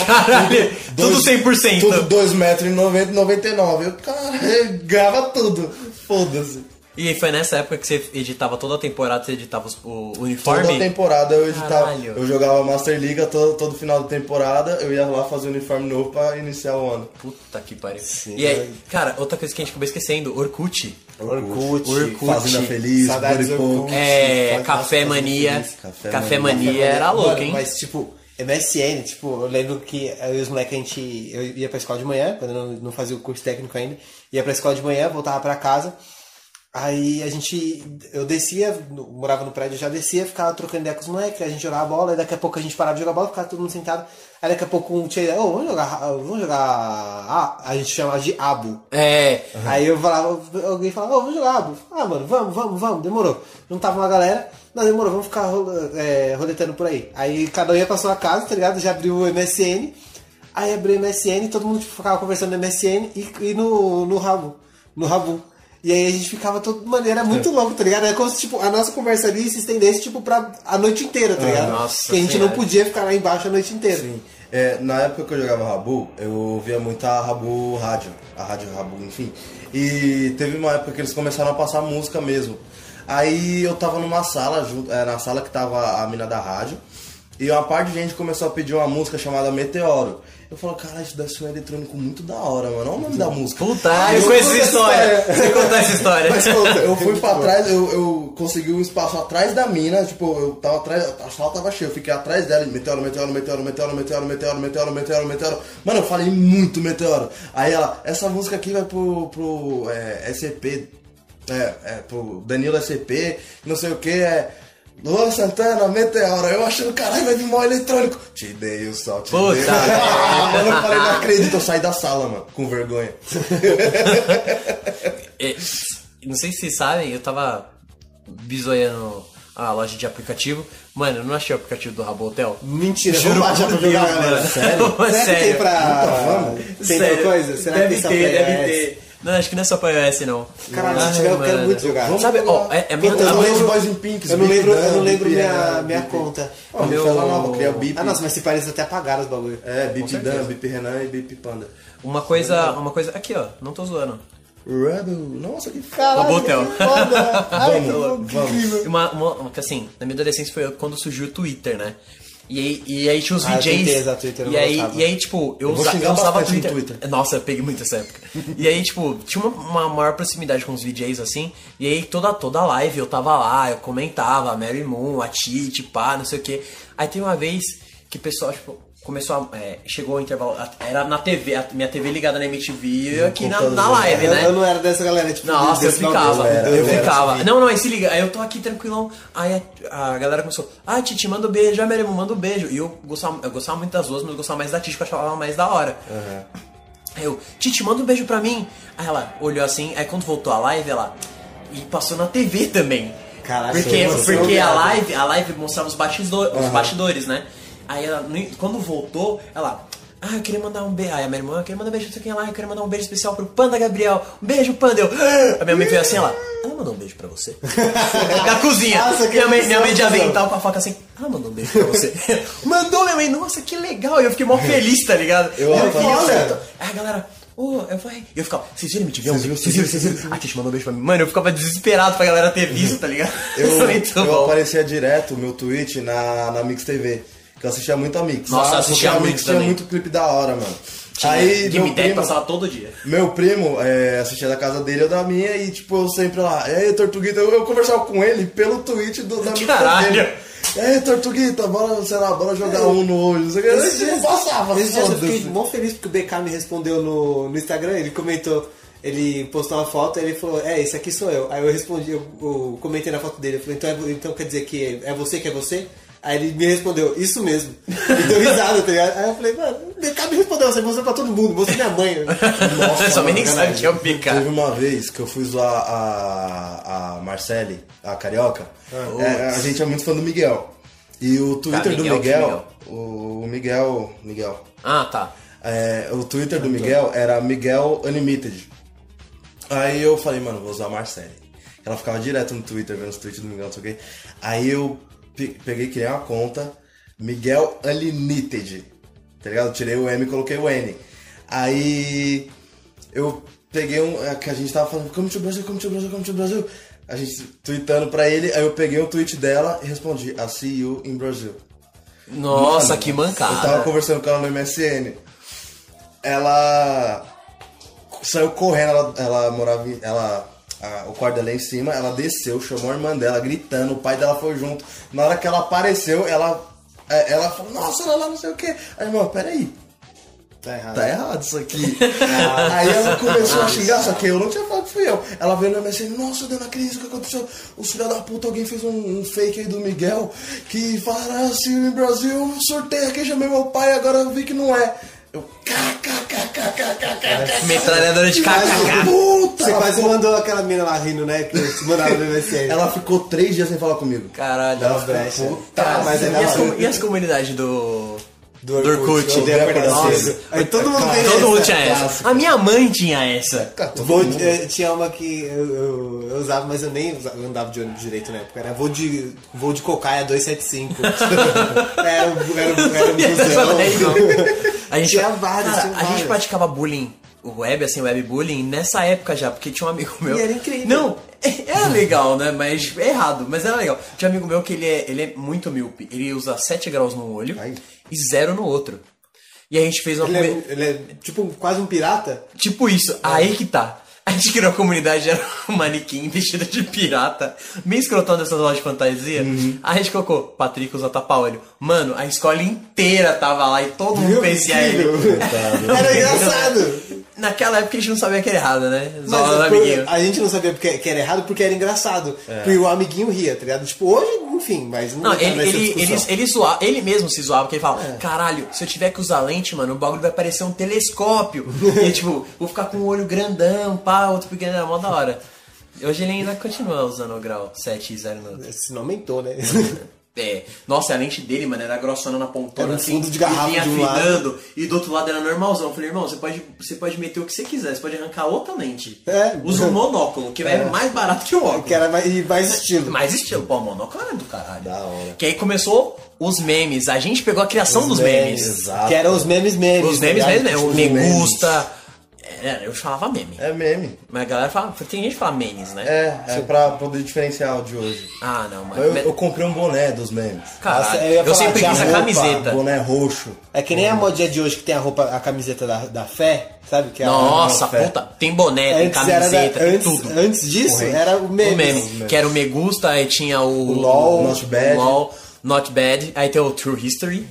Speaker 2: Caralho, tudo 100%.
Speaker 3: Tudo 2 metros e 90, 99. Eu, cara, eu grava tudo. Foda-se.
Speaker 2: E aí foi nessa época que você editava toda a temporada, você editava os- o uniforme.
Speaker 3: Toda temporada eu editava.
Speaker 2: Caralho.
Speaker 3: Eu jogava Master Liga todo, todo final da temporada, eu ia lá fazer o uniforme novo pra iniciar o ano.
Speaker 2: Puta que pariu. e aí, cara, outra coisa que a gente acabou esquecendo, Orkut.
Speaker 1: Orkut,
Speaker 2: Orkut.
Speaker 3: Fazenda Feliz,
Speaker 1: Saudades
Speaker 3: Body
Speaker 1: Orkut.
Speaker 3: Poke.
Speaker 2: É,
Speaker 1: Faz-
Speaker 2: Café
Speaker 1: faz-
Speaker 2: Mania.
Speaker 1: faz-
Speaker 3: Café
Speaker 2: Café Mania
Speaker 1: Mania.
Speaker 2: era louco,
Speaker 1: Mano,
Speaker 2: hein?
Speaker 1: Mas, tipo, MSN, tipo, eu lembro que eu e os moleques, a gente. Eu ia pra escola de manhã, quando eu não, não fazia o curso técnico ainda. Ia pra escola de manhã, voltava pra casa. Aí a gente. Eu descia, no- morava no prédio, eu já descia, ficava trocando ideia com os moleques, a gente jogava bola, e daqui a pouco a gente parava de jogar bola, ficava todo mundo sentado. Aí daqui a pouco um tinha ideia, ô, vamos jogar. Vamos jogar. Ah, a gente chamava de abo.
Speaker 2: É.
Speaker 1: Aí eu falava, alguém falava, ô, vamos jogar. Abu. Ah, mano, vamos, vamos, vamos, demorou. Não tava uma galera, não, demorou, vamos ficar rola- é, roletando por aí. Aí cada um ia pra sua casa, tá ligado? Já abriu o MSN, aí abriu o MSN, todo mundo tipo, ficava conversando no MSN e, e no, no rabo, no rabo. E aí a gente ficava todo. Mano, era muito louco, tá ligado? Era como se tipo, a nossa conversa ali se estendesse tipo, pra a noite inteira, tá ligado?
Speaker 2: nossa
Speaker 1: Porque a gente
Speaker 2: senhora.
Speaker 1: não podia ficar lá embaixo a noite inteira.
Speaker 3: Sim. É, na época que eu jogava Rabu, eu ouvia muito a Rabu Rádio, a Rádio Rabu, enfim. E teve uma época que eles começaram a passar música mesmo. Aí eu tava numa sala, junto, é, na sala que tava a mina da rádio, e uma parte de gente começou a pedir uma música chamada Meteoro. Eu falo, cara, isso deve ser um eletrônico muito da hora, mano. Olha o nome da música.
Speaker 2: Puta,
Speaker 1: Ah,
Speaker 2: eu conheço essa história. Você contou essa história.
Speaker 3: Mas conta, eu fui pra trás, eu, eu consegui um espaço atrás da mina, tipo, eu tava atrás, a sala tava cheia, eu fiquei atrás dela, e meteoro, meteoro, meteoro, meteoro, meteoro, meteoro, meteoro, meteoro, meteoro. Mano, eu falei muito meteoro. Aí ela, essa música aqui vai pro, pro é, SCP, é, é, pro Danilo SCP, não sei o que, é. Luan Santana, Meteoro, eu achando, caralho, vai vir mó eletrônico. Te dei o sol, te
Speaker 2: Puta
Speaker 3: dei o sol.
Speaker 2: merda.
Speaker 3: Ah, [LAUGHS] mano, eu falei, não acredito, eu saí da sala, mano,
Speaker 2: [LAUGHS]
Speaker 3: com vergonha.
Speaker 2: [LAUGHS] É, não sei se vocês sabem, eu tava bisoiando a loja de aplicativo. Mano, eu não achei o aplicativo do Rabotel.
Speaker 1: Mentira,
Speaker 2: Juro
Speaker 1: vamos baixar
Speaker 2: por
Speaker 1: pra jogar,
Speaker 2: Deus,
Speaker 1: galera.
Speaker 2: mano.
Speaker 1: Sério?
Speaker 2: Mas
Speaker 1: Será que tem
Speaker 2: sério.
Speaker 1: pra. Tem pra
Speaker 2: Sério,
Speaker 1: coisa? Será
Speaker 2: deve
Speaker 1: que tem só
Speaker 2: ter,
Speaker 1: pra
Speaker 2: deve
Speaker 1: iOS?
Speaker 2: ter. Não, acho que não é só pra iOS, não.
Speaker 1: Caralho,
Speaker 2: Ai,
Speaker 1: se tiver, eu quero
Speaker 2: mano.
Speaker 1: muito jogar.
Speaker 3: Vamos
Speaker 2: Sabe, ó,
Speaker 3: jogar.
Speaker 2: é, é
Speaker 1: Puta,
Speaker 2: muito-
Speaker 1: eu não
Speaker 2: a-
Speaker 1: lembro-
Speaker 3: Boys in Pinks,
Speaker 1: Eu não
Speaker 3: Big
Speaker 1: lembro, eu
Speaker 2: né?
Speaker 3: Dan,
Speaker 1: não lembro
Speaker 3: Big
Speaker 1: minha,
Speaker 3: Dan,
Speaker 1: minha
Speaker 3: Big Dan.
Speaker 1: conta.
Speaker 3: Ó, meu celular nova,
Speaker 2: é
Speaker 3: criar o bip.
Speaker 1: Ah, nossa, mas se parece até apagaram os bagulho.
Speaker 3: É, Bip Dan, Bip Renan e Bip Panda.
Speaker 2: Uma coisa, uma coisa. Aqui, ó, não tô zoando.
Speaker 3: Rebel, nossa, que foda.
Speaker 1: Caralho,
Speaker 2: Rabotel.
Speaker 3: então,
Speaker 1: que
Speaker 3: [LAUGHS]
Speaker 1: foda. Ai, que
Speaker 3: Vamos,
Speaker 1: louco, que
Speaker 3: vamos.
Speaker 1: incrível.
Speaker 2: Uma, uma, uma- que assim, na minha adolescência foi quando surgiu o Twitter, né? E aí, e aí tinha os
Speaker 1: Ah, eu
Speaker 2: VJs.
Speaker 1: tentei usar Twitter, eu
Speaker 2: e,
Speaker 1: não
Speaker 2: aí,
Speaker 1: gostava.
Speaker 2: e aí, tipo, eu,
Speaker 3: Eu vou
Speaker 2: usa-
Speaker 3: xingar
Speaker 2: eu usava
Speaker 3: bastante no
Speaker 2: Twitter. Nossa, eu peguei muito essa época. e aí, tipo, tinha uma, uma maior proximidade com os VJs, assim. E aí, toda, toda live eu tava lá, eu comentava, a Mary Moon, a Titi, pá, não sei o quê. Aí tem uma vez que o pessoal, tipo, começou a. é, chegou o intervalo. a- Era na TV, a minha TV ligada na MTV e eu aqui na, na live,
Speaker 1: É, eu,
Speaker 2: né?
Speaker 1: eu não era dessa galera, tipo,
Speaker 2: Nossa, eu
Speaker 1: desse bagulho.
Speaker 2: ficava.
Speaker 3: era,
Speaker 2: Eu
Speaker 3: eu era
Speaker 2: ficava.
Speaker 3: assim.
Speaker 2: Não, não, aí se liga. Aí eu tô aqui tranquilão. Aí a, a galera começou. Ah, Titi, manda um beijo. Ah, Meremo, manda um beijo. E eu gostava, eu gostava muito das duas, mas eu gostava mais da Titi, que eu achava ela mais da hora. Aí eu, Titi, manda um beijo pra mim. Aí ela olhou assim. Aí quando voltou a live, ela. E passou na TV também.
Speaker 1: Caraca,
Speaker 2: porque
Speaker 1: eu não sei,
Speaker 2: porque a
Speaker 1: viado.
Speaker 2: live, a live mostrava os, bastidor, os bastidores, né? Aí ela, no- quando voltou, ela. Ah, eu queria mandar um beijo. Ai, a minha irmã, eu queria mandar um beijo pra você quem lá, eu queria mandar um beijo especial pro Panda Gabriel. Um beijo, Panda. Eu, "Ah!" a minha mãe veio assim, ela. Ela mandou um beijo
Speaker 1: [LAUGHS]
Speaker 2: pra você. Na cozinha.
Speaker 1: Nossa, que
Speaker 2: minha mãe, minha mãe de
Speaker 1: emoção.
Speaker 2: avental com a faca assim. Ela mandou um beijo pra você. [LAUGHS] mandou minha mãe, nossa, que legal. E eu fiquei mó feliz, tá ligado?
Speaker 3: Eu
Speaker 2: eu
Speaker 3: adoro.
Speaker 2: fiquei,
Speaker 1: Olha.
Speaker 2: "Nossa, Aí a galera, ô, eu falei, eu ficava, vocês viram me tiver?
Speaker 3: Vocês viram,
Speaker 2: Vocês viram, vocês viram? A Titi mandou um beijo pra mim. Mano, eu ficava desesperado pra galera ter visto, tá ligado? [LAUGHS]
Speaker 3: Eu,
Speaker 2: Muito
Speaker 3: eu
Speaker 2: bom.
Speaker 3: aparecia direto meu tweet na, na Mix TV. Que eu assistia muito a Mix.
Speaker 2: Nossa, eu
Speaker 3: porque
Speaker 2: assistia
Speaker 3: a
Speaker 2: muito
Speaker 3: Mix tinha
Speaker 2: também.
Speaker 3: muito clipe da hora, mano. Aí, meu
Speaker 2: Game Deck
Speaker 3: primo-
Speaker 2: passava todo dia.
Speaker 3: Meu primo é, assistia da casa dele ou da minha e, tipo, eu sempre lá, ei, Tortuguita, eu, eu conversava com ele pelo tweet do, da minha
Speaker 2: Caralho.
Speaker 3: dele. Ei, Tortuguita, bora, sei lá, bora jogar um no olho, não sei o que.
Speaker 1: Esses
Speaker 3: Esse é não
Speaker 1: dias-
Speaker 3: passava,
Speaker 1: esses dias eu fiquei
Speaker 3: foda-se.
Speaker 1: mó feliz porque o BK me respondeu no, no Instagram, ele comentou, ele postou uma foto, ele falou, é, esse aqui sou eu. Aí eu respondi, eu, eu comentei na foto dele, eu falei, então, é vo- então quer dizer que é, é você que é você? Aí ele me respondeu, isso mesmo. E deu risada, tá ligado? Aí eu falei, mano, o BK me respondeu, você mostrou pra todo mundo, mostrou minha mãe.
Speaker 3: Nossa,
Speaker 2: Sua mãe nem
Speaker 3: mano,
Speaker 2: sabe quem é o
Speaker 3: caralho.
Speaker 2: BK.
Speaker 3: Teve uma vez que eu fui zoar a, a Marcele, a carioca. É, a gente é muito fã do Miguel. E o Twitter
Speaker 2: Tá, Miguel,
Speaker 3: do
Speaker 2: que
Speaker 3: Miguel, o o Miguel, Miguel,
Speaker 2: Ah, tá.
Speaker 3: É, o Twitter do Miguel era Miguel Unlimited. Aí eu falei, mano, vou usar a Marcele. Ela ficava direto no Twitter, vendo os tweets do Miguel, não sei o quê. Aí eu pe- peguei e criei uma conta, Miguel Unlimited. Tá ligado? Tirei o M e coloquei o N. Aí eu peguei um. é, Que a gente tava falando, Come to Brasil, Come to Brasil, Come to Brasil. A gente tweetando pra ele, aí eu peguei um tweet dela e respondi, I see you in Brazil.
Speaker 2: Nossa,
Speaker 3: Mano,
Speaker 2: que
Speaker 3: Eu tava
Speaker 2: mancada.
Speaker 3: conversando com ela no MSN. Ela saiu correndo, ela, ela morava em. Ela, a- o quarto dela é em cima, ela desceu, chamou a irmã dela, gritando, o pai dela foi junto. Na hora que ela apareceu, ela, é, ela falou, nossa, ela lá não sei o que. A irmã, peraí,
Speaker 1: Tá errado.
Speaker 3: tá errado isso aqui. aí ela começou a xingar, só que eu não tinha falado que fui eu. Ela veio na MSN, nossa, deu na crise, o que aconteceu? Os filhos da puta, alguém fez um, um fake aí do Miguel que falaram assim, no Brasil, sorteio aqui, chamei meu pai, agora eu vi que não é. Eu, kkkkkkkk.
Speaker 2: Metralhadora de kkk.
Speaker 3: Puta!
Speaker 1: Você quase mandou aquela mina lá rindo, né? Que te mandaram no MSN.
Speaker 3: Ela ficou três dias sem falar comigo.
Speaker 2: Caralho.
Speaker 1: Dava brecha.
Speaker 3: Puta,
Speaker 1: mas
Speaker 3: mas
Speaker 1: é
Speaker 2: E
Speaker 1: da
Speaker 2: as, com-
Speaker 1: hora.
Speaker 2: e as comunidades do.
Speaker 1: Do Orkut.
Speaker 2: Orkut.
Speaker 1: Eu odeio acordar
Speaker 3: Nossa.
Speaker 1: cedo. Aí todo mundo tem
Speaker 2: Todo mundo
Speaker 1: essa.
Speaker 3: é
Speaker 2: tinha essa. A minha mãe tinha essa.
Speaker 3: Cara, todo
Speaker 1: Vou,
Speaker 3: mundo-
Speaker 1: eh, tinha uma que eu, eu- eu usava, mas eu nem usava, eu andava de ônibus direito na época. Era voo de, voo de cocaia
Speaker 2: [LAUGHS]
Speaker 1: 275. era, um- era, um- era um
Speaker 2: Essa daí,
Speaker 1: busão. [LAUGHS]
Speaker 2: A gente,
Speaker 1: Tinha vários,
Speaker 2: cara,
Speaker 1: tinha
Speaker 2: a gente
Speaker 1: vários.
Speaker 2: praticava bullying web, assim, web bullying, nessa época já, porque tinha um amigo meu.
Speaker 1: era incrível.
Speaker 2: Não, era legal, né? Mas é errado, mas era legal. Tinha um amigo meu que ele é, ele é muito míope. Ele usa 7 graus num olho
Speaker 3: Ai.
Speaker 2: e zero no outro. E a gente fez uma.
Speaker 1: Ele é,
Speaker 2: come-
Speaker 1: ele é tipo um- quase um pirata.
Speaker 2: Tipo isso, aí que tá. A gente criou a comunidade, era um manequim vestido de pirata, meio escrotão dessas lojas de fantasia.
Speaker 1: Uhum.
Speaker 2: Aí a gente colocou, Patrick usa tapa-olho. Mano, a escola inteira tava lá e todo mundo
Speaker 1: Meu
Speaker 2: fez ele.
Speaker 1: filho. Era engraçado.
Speaker 2: Naquela época a gente não sabia que era errado, né?
Speaker 1: Mas
Speaker 2: Zola do
Speaker 1: por-
Speaker 2: amiguinho. É.
Speaker 1: a gente não sabia porque, que era errado porque era engraçado. Porque o amiguinho ria, tá ligado? Tipo, hoje, enfim, mas não,
Speaker 2: Não,
Speaker 1: tá
Speaker 2: ele,
Speaker 1: nessa
Speaker 2: ele, ele,
Speaker 1: discussão. É.
Speaker 2: ele zoa- ele mesmo se zoava, porque ele fala, caralho, se eu tiver que usar lente, mano, o bagulho vai parecer um telescópio. e tipo, vou ficar com um olho grandão, pá, outro pequeno, era mó da hora. Hoje ele ainda continua usando o grau 7 e 0 no
Speaker 1: Se não aumentou, né? [LAUGHS]
Speaker 2: É, nossa, a lente dele, mano, era grossona na pontona,
Speaker 1: Era um
Speaker 2: assim,
Speaker 1: fundo de garrafa
Speaker 2: e vinha
Speaker 1: de um lado.
Speaker 2: afinando, e do outro lado era normalzão. Eu falei, irmão, você pode, você pode meter o que você quiser, você pode arrancar outra lente.
Speaker 1: É.
Speaker 2: Usa um monóculo, que é, mais barato que o óculos.
Speaker 1: que era mais, e mais estilo.
Speaker 2: Mas estilo, pô, monóculo era do caralho.
Speaker 3: Da hora.
Speaker 2: Que aí começou os memes, a gente pegou a criação dos memes.
Speaker 3: memes.
Speaker 1: É, Que eram os memes memes.
Speaker 2: Os
Speaker 1: tá
Speaker 2: memes
Speaker 1: ligado?
Speaker 2: mesmo, né?
Speaker 1: Tipo,
Speaker 2: O
Speaker 1: os
Speaker 2: me
Speaker 1: memes.
Speaker 2: gusta. É, eu falava meme.
Speaker 3: É meme.
Speaker 2: Mas a galera fala, tem gente que fala memes, né?
Speaker 3: É, é pra poder diferenciar o de hoje.
Speaker 2: Ah, não, mas.
Speaker 3: Eu, eu comprei um boné dos memes. Ah,
Speaker 2: Caralho,
Speaker 1: Nossa, eu ia
Speaker 2: eu,
Speaker 1: falar,
Speaker 2: sempre
Speaker 1: tinha
Speaker 2: quis a
Speaker 1: roupa,
Speaker 2: camiseta.
Speaker 3: Boné roxo.
Speaker 1: É que nem a modinha de hoje que tem a roupa, a camiseta da, da fé, sabe? Que é a-
Speaker 2: Nossa,
Speaker 3: Ah, fé.
Speaker 2: puta, tem boné, tem
Speaker 1: antes era da-
Speaker 2: camiseta, tem
Speaker 1: antes,
Speaker 2: tudo.
Speaker 1: antes disso, era o meme.
Speaker 2: o meme, que era o Me Gusta, aí tinha o,
Speaker 1: LOL,
Speaker 3: Not
Speaker 2: o
Speaker 3: Bad.
Speaker 2: LOL, Not Bad, aí tem o True History.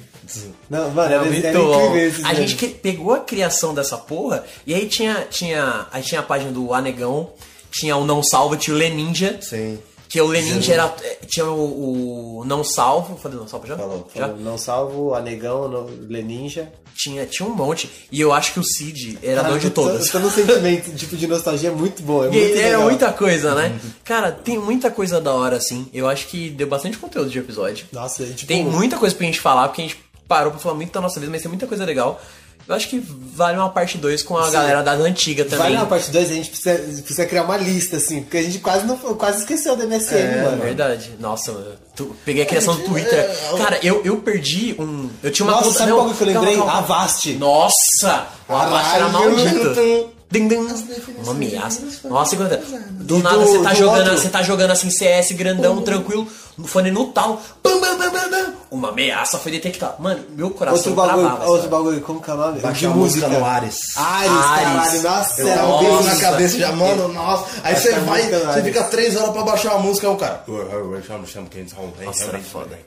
Speaker 1: Não, mano,
Speaker 2: Era
Speaker 1: era,
Speaker 2: muito
Speaker 1: era
Speaker 2: bom.
Speaker 1: incrível esses
Speaker 2: A
Speaker 1: memes.
Speaker 2: gente que- pegou a criação dessa porra, e aí tinha, tinha, aí tinha a página do Anegão, tinha o Não Salvo, tinha o Leninja.
Speaker 3: Sim.
Speaker 2: Que o Leninja era, eh, tinha o, o Não Salvo, falei Não Salvo já?
Speaker 3: Falou,
Speaker 2: já?
Speaker 1: Não salvo, Anegão, no- Leninja.
Speaker 2: Tinha, tinha um monte, e eu acho que o Cid era
Speaker 1: Cara,
Speaker 2: dono de
Speaker 1: eu tô-
Speaker 2: todas.
Speaker 1: Eu tô num sentimento tipo, de nostalgia muito bom. É
Speaker 2: [LAUGHS] E
Speaker 1: muito
Speaker 2: ele era
Speaker 1: legal.
Speaker 2: muita coisa,
Speaker 1: [LAUGHS]
Speaker 2: né? Cara, tem muita coisa da hora, assim. Eu acho que deu bastante conteúdo de episódio.
Speaker 1: Nossa, e, tipo,
Speaker 2: Tem muita coisa pra gente falar, porque a gente parou pra falar muito da nossa vida, mas tem muita coisa legal. Eu acho que vale uma parte 2 com a galera da antiga
Speaker 1: Vai
Speaker 2: também.
Speaker 1: na parte 2, a gente precisa, precisa criar uma lista, assim, porque a gente quase, não, quase esqueceu do MSN,
Speaker 2: É,
Speaker 1: mano. É,
Speaker 2: Verdade. Nossa, eu tu- peguei a criação do Twitter. Cara, eu, eu perdi um. Eu tinha uma
Speaker 1: Nossa,
Speaker 2: conta.
Speaker 1: sabe
Speaker 2: não,
Speaker 1: qual que eu lembrei?
Speaker 2: calma, calma.
Speaker 1: Avast.
Speaker 2: Nossa! O Avast era
Speaker 1: Caralho.
Speaker 2: maldito. Ding, ding. Uma ameaça. Nossa, segunda. Do
Speaker 1: E
Speaker 2: nada
Speaker 1: do-
Speaker 2: você tá
Speaker 1: do
Speaker 2: jogando,
Speaker 1: outro?
Speaker 2: você tá jogando assim CS grandão, tranquilo, no fone no tal. Bam, bam, bam, bam, bam. Uma ameaça foi detectada. Mano, meu coração
Speaker 1: Outro bagulho,
Speaker 2: travava,
Speaker 1: outro
Speaker 2: sabe?
Speaker 1: bagulho, como que é o nome?
Speaker 3: Baixar
Speaker 1: De
Speaker 3: a música Ah,
Speaker 1: música.
Speaker 3: no Ares.
Speaker 1: Ares,
Speaker 2: Ares.
Speaker 1: caralho, nossa, era
Speaker 3: Nossa.
Speaker 1: um
Speaker 3: Deus
Speaker 1: bicho.
Speaker 3: na cabeça já, mano, nossa. Aí você
Speaker 1: Essa
Speaker 3: vai,
Speaker 1: música,
Speaker 3: você
Speaker 1: velho.
Speaker 3: fica três horas pra baixar a música, aí o cara. Nossa,
Speaker 2: era foda.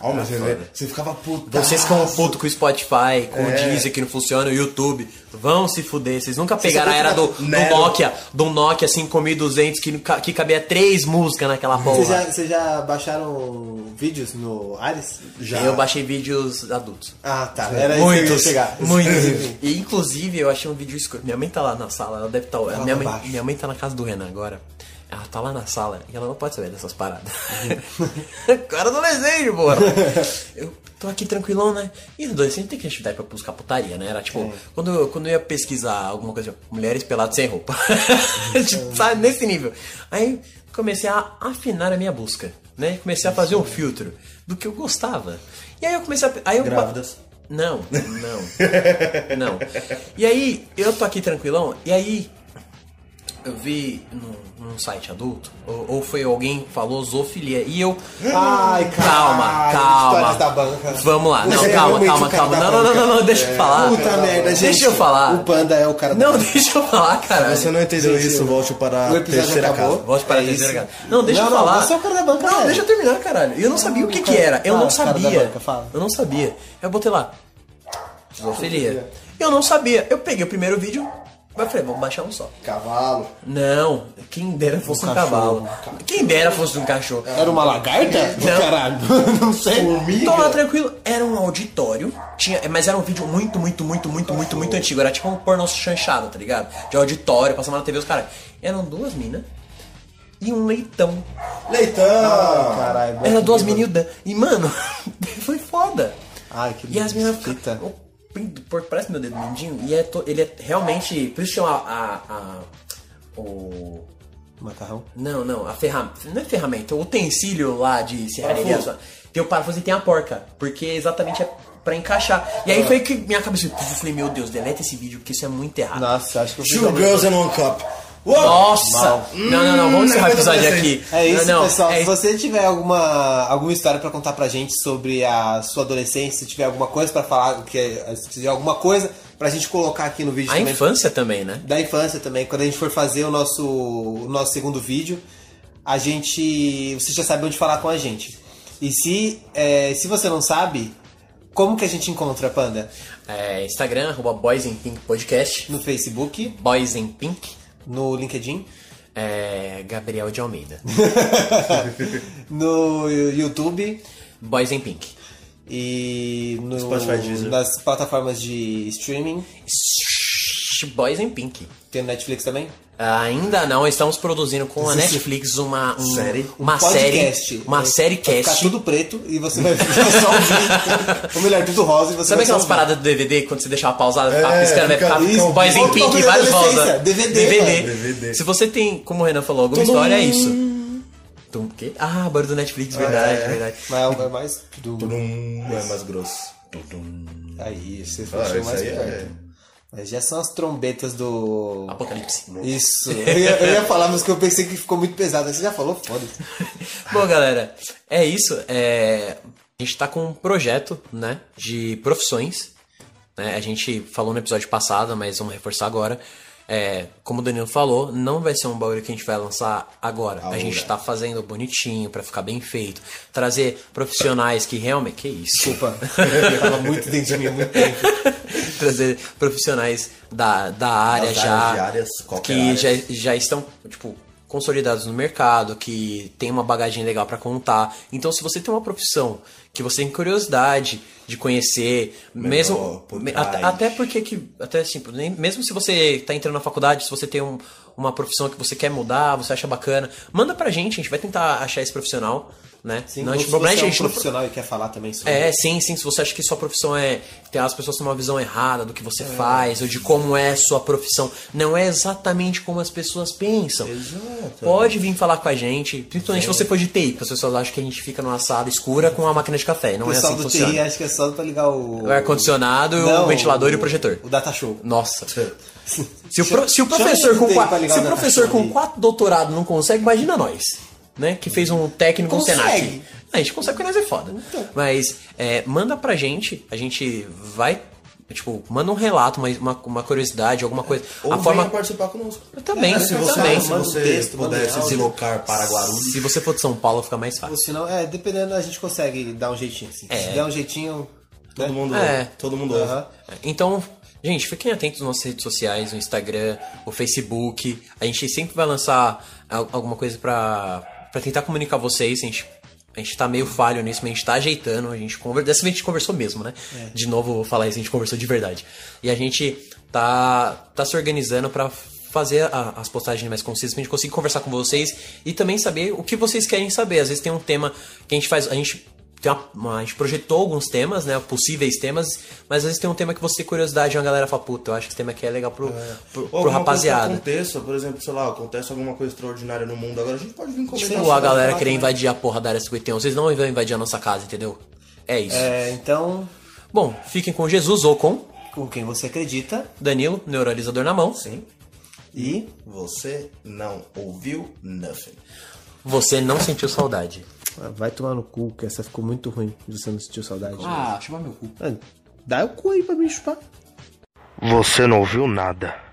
Speaker 3: Ah, mas você, você ficava puto.
Speaker 2: Vocês ficam puto com o Spotify,
Speaker 1: É.
Speaker 2: com o Deezer que não funciona, o YouTube. Vão se fuder. Vocês nunca pegaram a era do, do
Speaker 3: Nero.
Speaker 2: Nokia, do Nokia assim, 5200 que, nunca- que cabia três músicas naquela porra.
Speaker 1: Vocês já, vocês já baixaram vídeos no Ares?
Speaker 3: já-
Speaker 2: Eu baixei vídeos adultos.
Speaker 1: Ah, tá. Era isso que eu ia
Speaker 2: Muitos,
Speaker 1: chegar. [LAUGHS]
Speaker 2: muitos. E inclusive eu achei um vídeo escuro. Minha mãe tá lá na sala, ela deve estar.
Speaker 1: Fala
Speaker 2: minha,
Speaker 1: pra
Speaker 2: mãe,
Speaker 1: baixo.
Speaker 2: minha mãe tá na casa do Renan agora. Ela tá lá na sala e ela não pode saber dessas [LAUGHS] paradas. Cara do desejo, porra. Eu tô aqui tranquilão, né? E adolescente tem que estudar pra buscar putaria, né? Era tipo, quando, eu- quando eu ia pesquisar alguma coisa, tipo, mulheres peladas sem roupa. [LAUGHS] Tipo, Sabe, nesse nível. Aí comecei a afinar a minha busca, né? Comecei a fazer um filtro do que eu gostava. E aí eu comecei a. Aí eu,
Speaker 3: Grávidas.
Speaker 2: não, não, não. E aí, eu tô aqui tranquilão, e aí eu vi num, num site adulto, ou, ou foi alguém que falou zoofilia, e eu.
Speaker 1: Ai,
Speaker 2: calma,
Speaker 1: caralho,
Speaker 2: calma.
Speaker 1: histórias da banca.
Speaker 2: Vamos lá, não,
Speaker 1: Você é
Speaker 2: calma,
Speaker 1: realmente
Speaker 2: calma,
Speaker 1: o cara
Speaker 2: calma.
Speaker 1: da
Speaker 2: Não, não, não,
Speaker 1: banca.
Speaker 2: não, não, deixa
Speaker 1: É.
Speaker 2: eu falar.
Speaker 1: Puta merda, gente.
Speaker 2: Deixa eu falar.
Speaker 1: O Panda é o cara da
Speaker 2: Não, [LAUGHS]
Speaker 1: banda.
Speaker 2: deixa eu falar, cara.
Speaker 3: Você não entendeu isso, volte para
Speaker 1: o
Speaker 3: a
Speaker 1: episódio
Speaker 3: terceira
Speaker 1: acabou.
Speaker 3: casa.
Speaker 2: Volte para
Speaker 1: É
Speaker 2: a terceira
Speaker 1: isso.
Speaker 2: casa. Não, deixa
Speaker 1: Não,
Speaker 2: eu
Speaker 1: não,
Speaker 2: falar.
Speaker 1: você é o cara da banca,
Speaker 2: Não,
Speaker 1: velho.
Speaker 2: deixa eu terminar, caralho. Eu não sabia o que que era.
Speaker 1: Fala,
Speaker 2: Eu não
Speaker 1: cara da
Speaker 2: sabia.
Speaker 1: banca, fala.
Speaker 2: Eu não sabia. Eu botei lá. Zoofilia. Eu não sabia. Eu peguei o primeiro vídeo, mas falei, vamos baixar um só.
Speaker 3: Cavalo.
Speaker 2: Não, quem dera fosse um,
Speaker 1: cachorro. É
Speaker 2: cavalo. Quem dera fosse um cachorro.
Speaker 1: Era uma [LAUGHS] lagarta?
Speaker 2: Não.
Speaker 1: Caralho, não sei.
Speaker 2: Tô lá tranquilo, era um auditório, tinha, mas era um vídeo muito, muito, muito, muito, muito, muito antigo. Era tipo um pornô chanchado, tá ligado? De auditório, passava na TV os caras. Eram duas minas e um leitão.
Speaker 3: Leitão!
Speaker 1: Ah, Caralho, é
Speaker 2: Era duas meninas. E, mano, [LAUGHS] foi foda.
Speaker 1: Ai, que
Speaker 2: E as meninas ficam.
Speaker 1: fita.
Speaker 2: O pinto do porco parece meu dedo mindinho. E é to- ele é realmente. Por isso chama a. a- a- o.
Speaker 1: Macarrão.
Speaker 2: Não, não, a ferramenta. Não é ferramenta, o utensílio lá de serraria. só- Tem o parafuso e tem a porca. Porque exatamente é pra encaixar. E aí foi que minha cabeça. Eu falei, meu Deus, deleta esse vídeo, porque isso é muito errado.
Speaker 1: Nossa, acho que eu fiz
Speaker 3: Two
Speaker 1: alguma
Speaker 3: girls and one cup. Uou!
Speaker 2: Nossa! Não, não, não, vamos encerrar o
Speaker 3: coisa
Speaker 2: episódio aqui.
Speaker 1: [LAUGHS]
Speaker 3: adolescente.
Speaker 1: É isso,
Speaker 2: não, não,
Speaker 1: pessoal.
Speaker 2: é
Speaker 1: Se você tiver alguma, alguma história pra contar pra gente sobre a sua adolescência, se tiver alguma coisa pra falar, que é- se tiver alguma coisa pra gente colocar aqui no vídeo
Speaker 2: A
Speaker 1: também.
Speaker 2: infância também, né?
Speaker 1: Da infância também, quando a gente for fazer o nosso, o nosso segundo vídeo, a gente. Você já sabe onde falar com a gente. E se, é, se você não sabe, como que a gente encontra, Panda?
Speaker 2: É, Instagram, arroba Boys in Pink Podcast.
Speaker 1: No Facebook,
Speaker 2: Boys in Pink.
Speaker 1: no LinkedIn, [LAUGHS]
Speaker 2: É, Gabriel de Almeida. [LAUGHS]
Speaker 1: no YouTube
Speaker 2: Boys in Pink.
Speaker 1: e no,
Speaker 3: Spotify, Deezer.
Speaker 1: nas plataformas de streaming.
Speaker 2: Boys in Pink.
Speaker 1: Tem no Netflix também?
Speaker 2: Ainda não, estamos produzindo com a
Speaker 1: Existe-
Speaker 2: Netflix uma um-
Speaker 3: Série?
Speaker 2: uma
Speaker 1: podcast. É,
Speaker 2: série, uma série
Speaker 1: Vai ficar
Speaker 2: cast.
Speaker 1: tudo preto e você vai ficar [LAUGHS] só ouvindo. Ou melhor, tudo rosa e você
Speaker 2: Sabe
Speaker 1: vai só um
Speaker 2: aquelas
Speaker 1: ouvir.
Speaker 2: paradas do DVD quando você deixava pausada, ficava
Speaker 3: É,
Speaker 2: piscando, vai
Speaker 3: fica-
Speaker 2: ficar
Speaker 3: isso,
Speaker 2: Boys in
Speaker 1: volta ao
Speaker 2: Pink,
Speaker 1: rolê
Speaker 2: vários
Speaker 1: da
Speaker 2: rosa.
Speaker 1: adolescência, DVD,
Speaker 2: DVD.
Speaker 3: mano. DVD.
Speaker 2: Se você tem, como o Renan falou, alguma história, é isso. Tum, quê? Ah, barulho do Netflix, verdade, verdade.
Speaker 1: Mas é mais. tudo.
Speaker 3: Tum, é mais grosso.
Speaker 1: Aí, você
Speaker 3: Ah,
Speaker 1: fechou
Speaker 3: isso
Speaker 1: mais
Speaker 3: aí
Speaker 1: perto.
Speaker 3: é...
Speaker 1: Mas já são as trombetas do.
Speaker 2: Apocalipse.
Speaker 3: [LAUGHS]
Speaker 1: Isso. Eu ia, eu ia falar, mas que eu pensei que ficou muito pesado. Você já falou? Foda-se.
Speaker 2: [LAUGHS] Bom, galera, é isso. É, A gente tá com um projeto, né, de profissões. né? A gente falou no episódio passado, mas vamos reforçar agora. É, como o Danilo falou, não vai ser um bagulho que a gente vai lançar agora. A gente tá fazendo bonitinho pra ficar bem feito, trazer profissionais que realmente, que isso,
Speaker 1: Desculpa. Eu falo muito dentro de mim há muito tempo.
Speaker 2: [LAUGHS] trazer profissionais da, da área
Speaker 3: Das
Speaker 2: já
Speaker 3: áreas de áreas, qualquer
Speaker 2: que
Speaker 3: área.
Speaker 2: já, já estão tipo consolidados no mercado, que tem uma bagagem legal pra contar. Então, se você tem uma profissão que você tem curiosidade de conhecer, mesmo
Speaker 3: por
Speaker 2: me-
Speaker 3: trás.
Speaker 2: até, até porque que até assim, nem- mesmo se você tá entrando na faculdade, se você tem um- uma profissão que você quer mudar, você acha bacana, manda pra gente, a gente vai tentar achar esse profissional, né?
Speaker 1: Sim,
Speaker 2: não,
Speaker 1: ou
Speaker 2: a
Speaker 1: se
Speaker 2: gente, problema, é
Speaker 1: você
Speaker 2: a
Speaker 1: é um
Speaker 2: gente não-
Speaker 1: profissional e quer falar também sobre.
Speaker 2: é, sim, sim. Se você acha que sua profissão é. Tem, as pessoas têm uma visão errada do que
Speaker 1: É.
Speaker 2: você faz, ou de como é sua profissão. Não é exatamente como as pessoas pensam.
Speaker 3: Exato.
Speaker 2: Pode vir falar com a gente, principalmente se você for de TI, porque as pessoas acham que a gente fica numa sala escura com uma máquina de café. Não
Speaker 1: o
Speaker 2: é assim
Speaker 1: pessoal
Speaker 2: que
Speaker 1: do
Speaker 2: funciona.
Speaker 1: TI acho que é só pra ligar o.
Speaker 2: O ar-condicionado,
Speaker 1: Não,
Speaker 2: o ventilador e o projetor.
Speaker 1: O Data Show.
Speaker 2: Nossa. Se o,
Speaker 1: Chama-
Speaker 2: pro- se o
Speaker 1: chama
Speaker 2: professor
Speaker 1: esse
Speaker 2: com,
Speaker 1: daí
Speaker 2: qua-
Speaker 1: pra ligar
Speaker 2: se o
Speaker 1: o
Speaker 2: professor
Speaker 1: Datafolha
Speaker 2: com
Speaker 1: aí.
Speaker 2: quatro doutorados não consegue, imagina nós, né? Que fez um técnico no
Speaker 1: Consegue.
Speaker 2: Senac. A gente consegue porque nós é foda. Mas é, manda pra gente, a gente vai, tipo, manda um relato, uma, uma, uma curiosidade, alguma coisa.
Speaker 3: Ou
Speaker 2: a
Speaker 3: venha
Speaker 2: forma.
Speaker 3: participar conosco.
Speaker 2: Também,
Speaker 3: se você,
Speaker 2: também.
Speaker 3: Se
Speaker 1: Manda
Speaker 3: você
Speaker 1: um texto, manda
Speaker 3: puder
Speaker 1: um
Speaker 3: se
Speaker 1: áudio.
Speaker 3: deslocar para Guarulhos.
Speaker 2: Se você for de São Paulo, fica mais fácil.
Speaker 1: Ou se não, é, dependendo, a gente consegue dar um jeitinho. Assim. Se der um jeitinho. né?
Speaker 3: Todo mundo,
Speaker 2: É.
Speaker 3: todo mundo ouve.
Speaker 1: Aham.
Speaker 2: Então, gente, fiquem atentos nas nossas redes sociais, no Instagram, o Facebook. A gente sempre vai lançar al- alguma coisa pra, pra tentar comunicar vocês. A gente, a gente tá meio falho nisso, mas a gente tá ajeitando. A gente conver... Dessa vez a gente conversou mesmo, né? De novo, vou falar isso, a gente conversou de verdade. E a gente tá, tá se organizando pra fazer a- as postagens mais concisas, pra gente conseguir conversar com vocês e também saber o que vocês querem saber. Às vezes tem um tema que a gente faz... A gente tem uma- uma- a gente projetou alguns temas, né? Possíveis temas, mas às vezes tem um tema que você tem curiosidade e uma galera fala, puta, eu acho que esse tema aqui é legal pro, pro, pro
Speaker 3: Ou alguma
Speaker 2: rapaziada.
Speaker 3: Coisa que aconteça, por exemplo, sei lá, acontece alguma coisa extraordinária no mundo, agora a gente pode vir comentar.
Speaker 2: Tipo, a
Speaker 3: sobre
Speaker 2: galera
Speaker 3: lá,
Speaker 2: querer
Speaker 3: né?
Speaker 2: invadir a porra da área 51, vocês não vão invadir a nossa casa, entendeu? É isso.
Speaker 1: É, então,
Speaker 2: Bom, fiquem com Jesus ou com
Speaker 1: com quem você acredita
Speaker 2: Danilo, neuralizador na mão.
Speaker 3: Sim.
Speaker 1: e.
Speaker 3: Você não ouviu nothing.
Speaker 2: Você não sentiu saudade.
Speaker 1: Ah, Vai tomar no cu, que essa ficou muito ruim. Você não sentiu saudade?
Speaker 2: Ah. chama meu cu.
Speaker 1: Dá o cu aí pra me chupar.
Speaker 4: Você não ouviu nada.